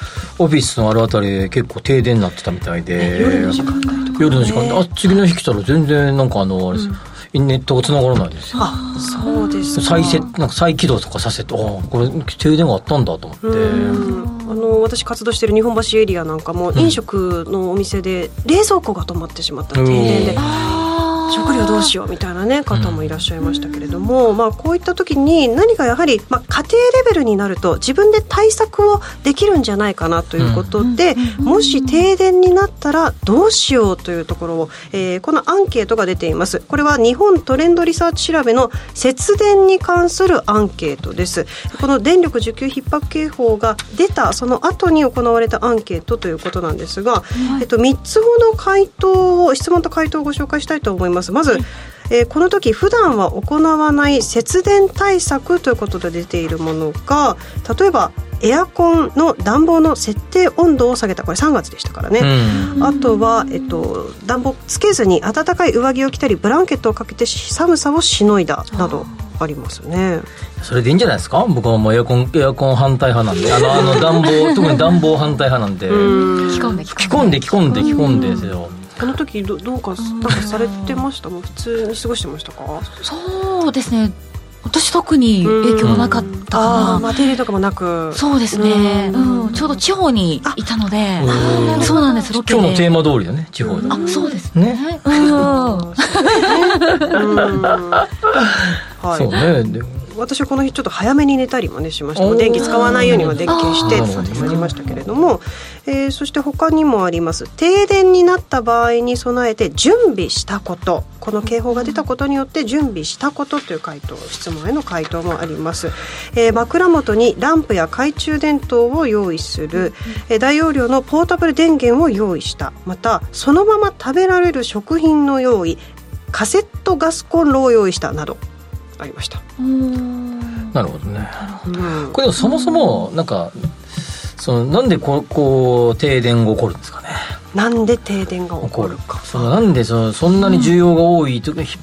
S2: ィスのあるあたりで結構停電になってたみたいで夜の時間夜の時間あ次の日来たら全然なんかあのあれですよインネットが繋がらないんですよ
S4: あそうですか
S2: 再設なんか再起動とかさせてああこれ停電があったんだと思って
S4: うんあの私活動してる日本橋エリアなんかも飲食のお店で冷蔵庫が止まってしまった停電で
S2: うん
S4: 食料どうしようみたいな、ね、方もいらっしゃいましたけれども、まあ、こういった時に何かやはり、まあ、家庭レベルになると自分で対策をできるんじゃないかなということで、もし停電になったらどうしようというところを、えーこのアンケートが出ていますこれは日本トレンドリサーチ調べの節電に関するアンケートですこの電力需給逼迫警報が出たその後に行われたアンケートということなんですが、えっと、3つほど回答を質問と回答をご紹介したいと思いますまず、えーこの時普段は行わない節電対策ということで出ているものが例えばエアコンの暖房の設定温度を下げたこれ3月でしたからね、
S2: うん
S4: あとは、えっと、暖房つけずに暖かい上着を着たりブランケットをかけて寒さをしのいだなどありますね。
S2: それでいいんじゃないですか僕はもうエアコンエアコン反対派なんであのあの暖 房特に暖房反対派なんで
S7: 着込んで着
S2: 着込んで着込んで着込んでですよ
S4: この時どどうかなんかされてましたもう普通に過ごしてましたか
S7: そうですね私特に影響はなかった
S4: あ
S7: か
S4: ーま
S7: な
S4: あ停電とかもなく
S7: そうですね
S4: う
S7: うんんちょうど地方にいたので
S2: うん
S7: そうなんですロケで
S2: 今日のテーマ通りだね地方で
S7: あそうです
S2: ね
S7: ね うん
S4: うんはい
S2: そうねで
S4: 私はこの日ちょっと早めに寝たりもねしましたもう
S2: おー
S4: 電気使わないようには電気消して
S2: あー
S4: ってことになりましたけれども、えーそして他にもあります停電になった場合に備えて準備したことこの警報が出たことによって準備したことという回答質問への回答もあります、えー枕元にランプや懐中電灯を用意する、えー大容量のポータブル電源を用意したまたそのまま食べられる食品の用意カセットガスコンロを用意したなどありました。
S2: なるほどね
S4: うん
S2: これでもそもそもなんかそのなんでこうこう停電が起こるんですかね
S4: なんで停電が起
S2: 起
S4: こ
S2: こ
S4: る
S2: る
S4: か。
S2: そのなんでそのそんなに需要が多いとか、ひ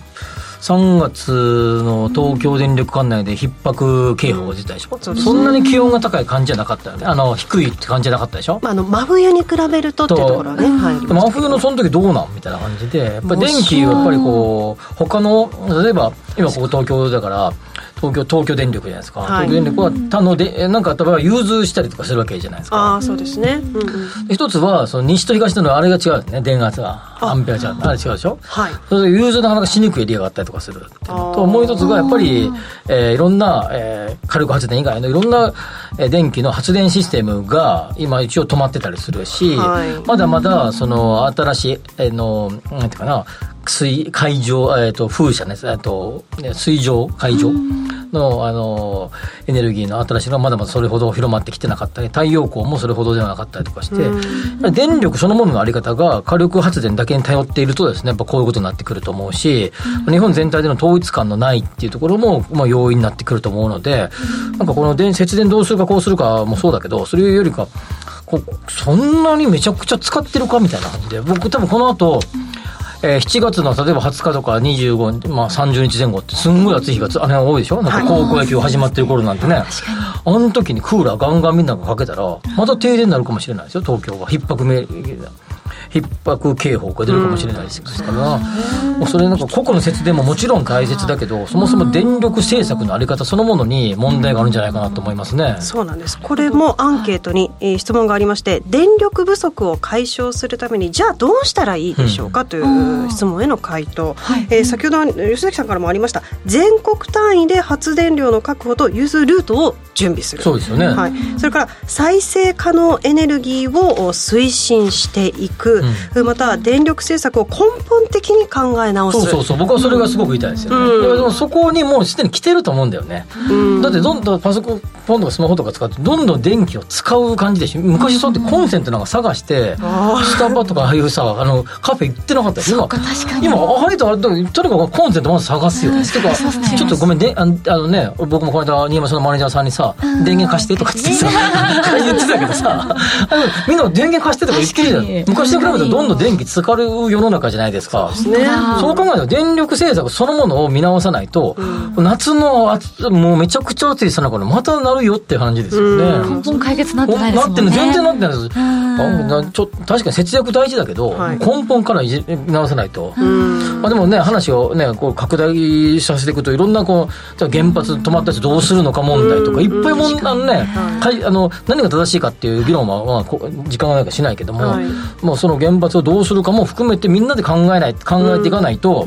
S2: 3月の東京電力管内で逼迫警報が出たでしょ、
S4: そうです
S2: そ
S4: ね
S2: んなに気温が高い感じじゃなかったよねあの低いって感じじゃなかったでしょ、
S4: まあ、あの真冬に比べるとっていうところはね、入り
S2: で
S4: ま
S2: も真
S4: す
S2: 冬
S4: けど
S2: のその時どうなんみたいな感じでやっぱり電気をやっぱりこう他の例えば今ここ東京だから東京東京電力じゃないですか、
S4: はい
S2: 東京電力は他のでえなんか例えば融通したりとかするわけじゃないですか
S4: ああ、そうですね。うんうん、
S2: 一つはその西と東のあれが違うんですね電圧がアンペアじゃあれ違うでしょ
S4: はい。
S2: それで融通なかなかしにくいエリアがあったりとかするっていうの
S4: あー
S2: ともう一つがやっぱり、えーいろんな、えー火力発電以外のいろんな、えー電気の発電システムが今一応止まってたりするし、
S4: はい
S2: まだまだその新しい、えーのなんていうかな水海上、えー、と風車ね、えー、とね水上海上のあのエネルギーの新しいのはまだまだそれほど広まってきてなかったり太陽光もそれほどではなかったりとかして、電力そのもののあり方が火力発電だけに頼っているとですねやっぱこういうことになってくると思うし、日本全体での統一感のないっていうところも、まあ、要因になってくると思うので、なんかこの電節電どうするかこうするかもそうだけどそれよりかこうそんなにめちゃくちゃ使ってるかみたいな感じで僕多分この後えー7月の例えば20日とか25日、まあ、30日前後ってすんごい暑い日がつあれ多いでしょなんか高校野球始まってる頃なんてね、あの時にクーラーガンガンみんながかけたらまた停電になるかもしれないですよ東京が逼迫め逼迫警報が出るかもしれないですから、もうそれなんか個々の節電ももちろん大切だけどそもそも電力政策のあり方そのものに問題があるんじゃないかなと思いますね。
S4: そうなんですこれもアンケートに、えー質問がありまして電力不足を解消するためにじゃあどうしたらいいでしょうか、という質問への回答、えー先ほどあの吉崎さんからもありました全国単位で発電量の確保と融通ルートを準備する
S2: そうですよね
S4: はい、それから再生可能エネルギーを推進していく、また電力政策を根本的に考え直す
S2: そうそうそう僕はそれがすごく痛いですよね、
S4: うん
S2: いやでもそこにもうすでに来てると思うんだよね、
S4: うん
S2: だってどんどんパソコンとかスマホとか使ってどんどん電気を使う感じでしょ昔そうやってコンセントなんか探してスタバとかああいうさあのカフェ行ってなかったよ今
S7: 確かに
S2: 今あれとあれととにかくコンセントまず探すよね、てかちょっとごめんねあのあのね僕もこの間新山さんのマネージャーさんにさ「電源貸して」とかっつってさ 言ってたけどさあのみんな電源貸してとか言ってるじゃん昔と比べたらどんどん電気使う世の中じゃないですかそう考えると電力政策そのものを見直さないと、夏の暑もうめちゃくちゃ暑いさなかのまたなるよって感じですよね、
S7: 根本解決なって
S2: お
S7: ない
S2: な
S7: ですも
S2: っ
S7: ん
S2: て
S7: ね
S2: る全然なってないですあなちょ確かに節約大事だけど、
S4: はい
S2: 根本からいじ直さないと、
S4: うん
S2: まあ、でもね話をねこう拡大させていくといろんなこう原発止まったやつどうするのか問題とかいっぱいもんあのねかいあの何が正しいかっていう議論は、まあ、こ時間がないからしないけども、
S4: はい
S2: もうその原発をどうするかも含めてみんなで考えない考えていかないと、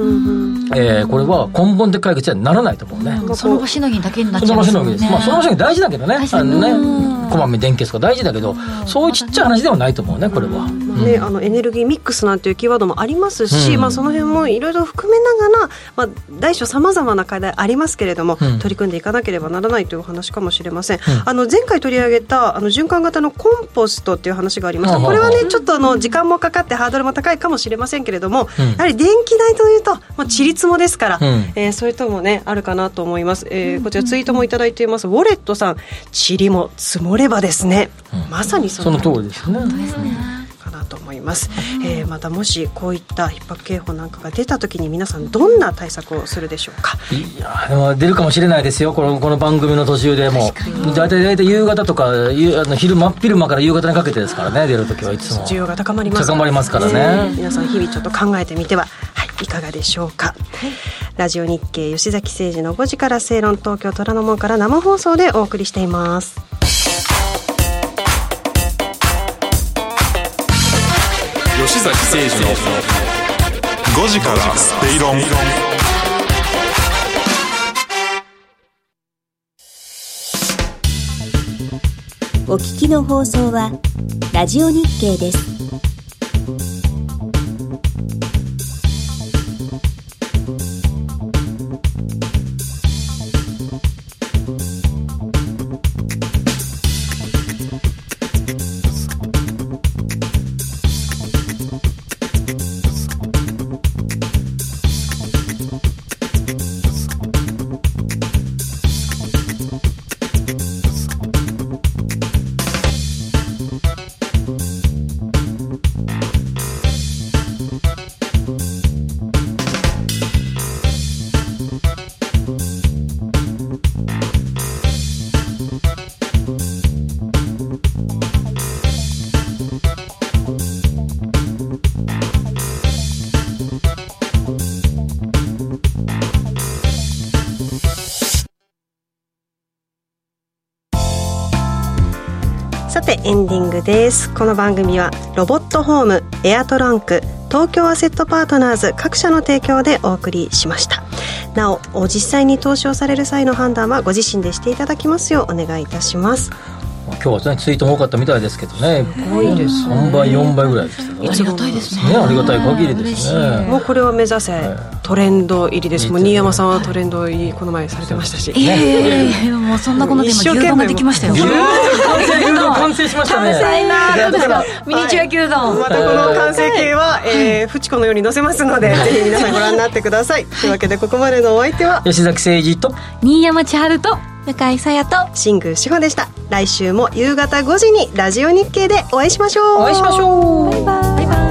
S2: えーこれは根本的解決にはならないと思うね。
S7: その場しのぎだけになっ
S2: そ
S7: ちゃ
S2: の場
S7: いま
S2: し
S7: す
S2: の
S7: も
S2: わけ
S7: んね
S2: です。まあ、その場所が大事だけどね。
S7: 大事
S2: あ
S7: だね
S2: のね、こまめに電気消すとか大事だけど、そういうちっちゃい話ではないと思うね、これは。
S4: まあね、あのエネルギーミックスなんていうキーワードもありますし、まあ、その辺もいろいろ含めながら、まあ、大小さまざまな課題ありますけれども、
S2: うん
S4: 取り組んでいかなければならないというお話かもしれません、あの前回取り上げたあの循環型のコンポストっていう話がありました、
S2: うん
S4: これはねちょっとあの時間もかかってハードルも高いかもしれませんけれども、
S2: うん
S4: やはり電気代というと、まあ、地立もですから、
S2: うん
S4: えーそういうとこもねあるかなと思います、えーこちらツイートもいただいていますウォレットさん「塵も積もればですね」まさに
S2: その通りですね。
S4: かなと思います、えーまたもしこういった逼迫警報なんかが出た時に皆さんどんな対策をするでしょうか
S2: いやでも出るかもしれないですよ、このこの番組の途中でもう、大体大体夕方とか、夕あの昼真っ昼間から夕方にかけてですからね、出るときはいつも。
S4: 需要が高まります
S2: 高まりますからね
S4: えー皆さん日々ちょっと考えてみては、はい、いかがでしょうか、ラジオ日経吉崎誠二の5時から正論東京虎ノ門から生放送でお送りしています
S5: 吉崎誠二の5時からステイロン
S8: お聞きの放送はラジオ日経です。
S4: さてエンディングですこの番組はロボットホームエアトランク東京アセットパートナーズ各社の提供でお送りしましたなおお実際に投資をされる際の判断はご自身でしていただきますようお願いいたします
S2: まあ今日は、ね、ツイートも多かったみたいですけどね、3倍、4倍ぐらいでしたからね
S7: ありがたいですね
S2: ねありがたい限りですね。
S4: もうこれを目指せトレンド入りですもう新山さんはトレンド入りこの前されてましたし
S7: いやいやいやいやもうそんなことで今牛丼ができましたよ
S2: 牛丼完成牛丼完成しましたね。
S7: どうですかミニチュア牛丼
S4: またこの完成形は、えー、フチコのように載せますので、ぜひ皆さんご覧になってください。というわけで、ここまでのお相手は、
S2: 吉崎誠二と
S7: 新山千春と
S6: 向井さやと
S4: 新宮志保でした。来週も夕方5時にラジオ日経でお会いしましょう。お会いしましょう。
S6: バイバイ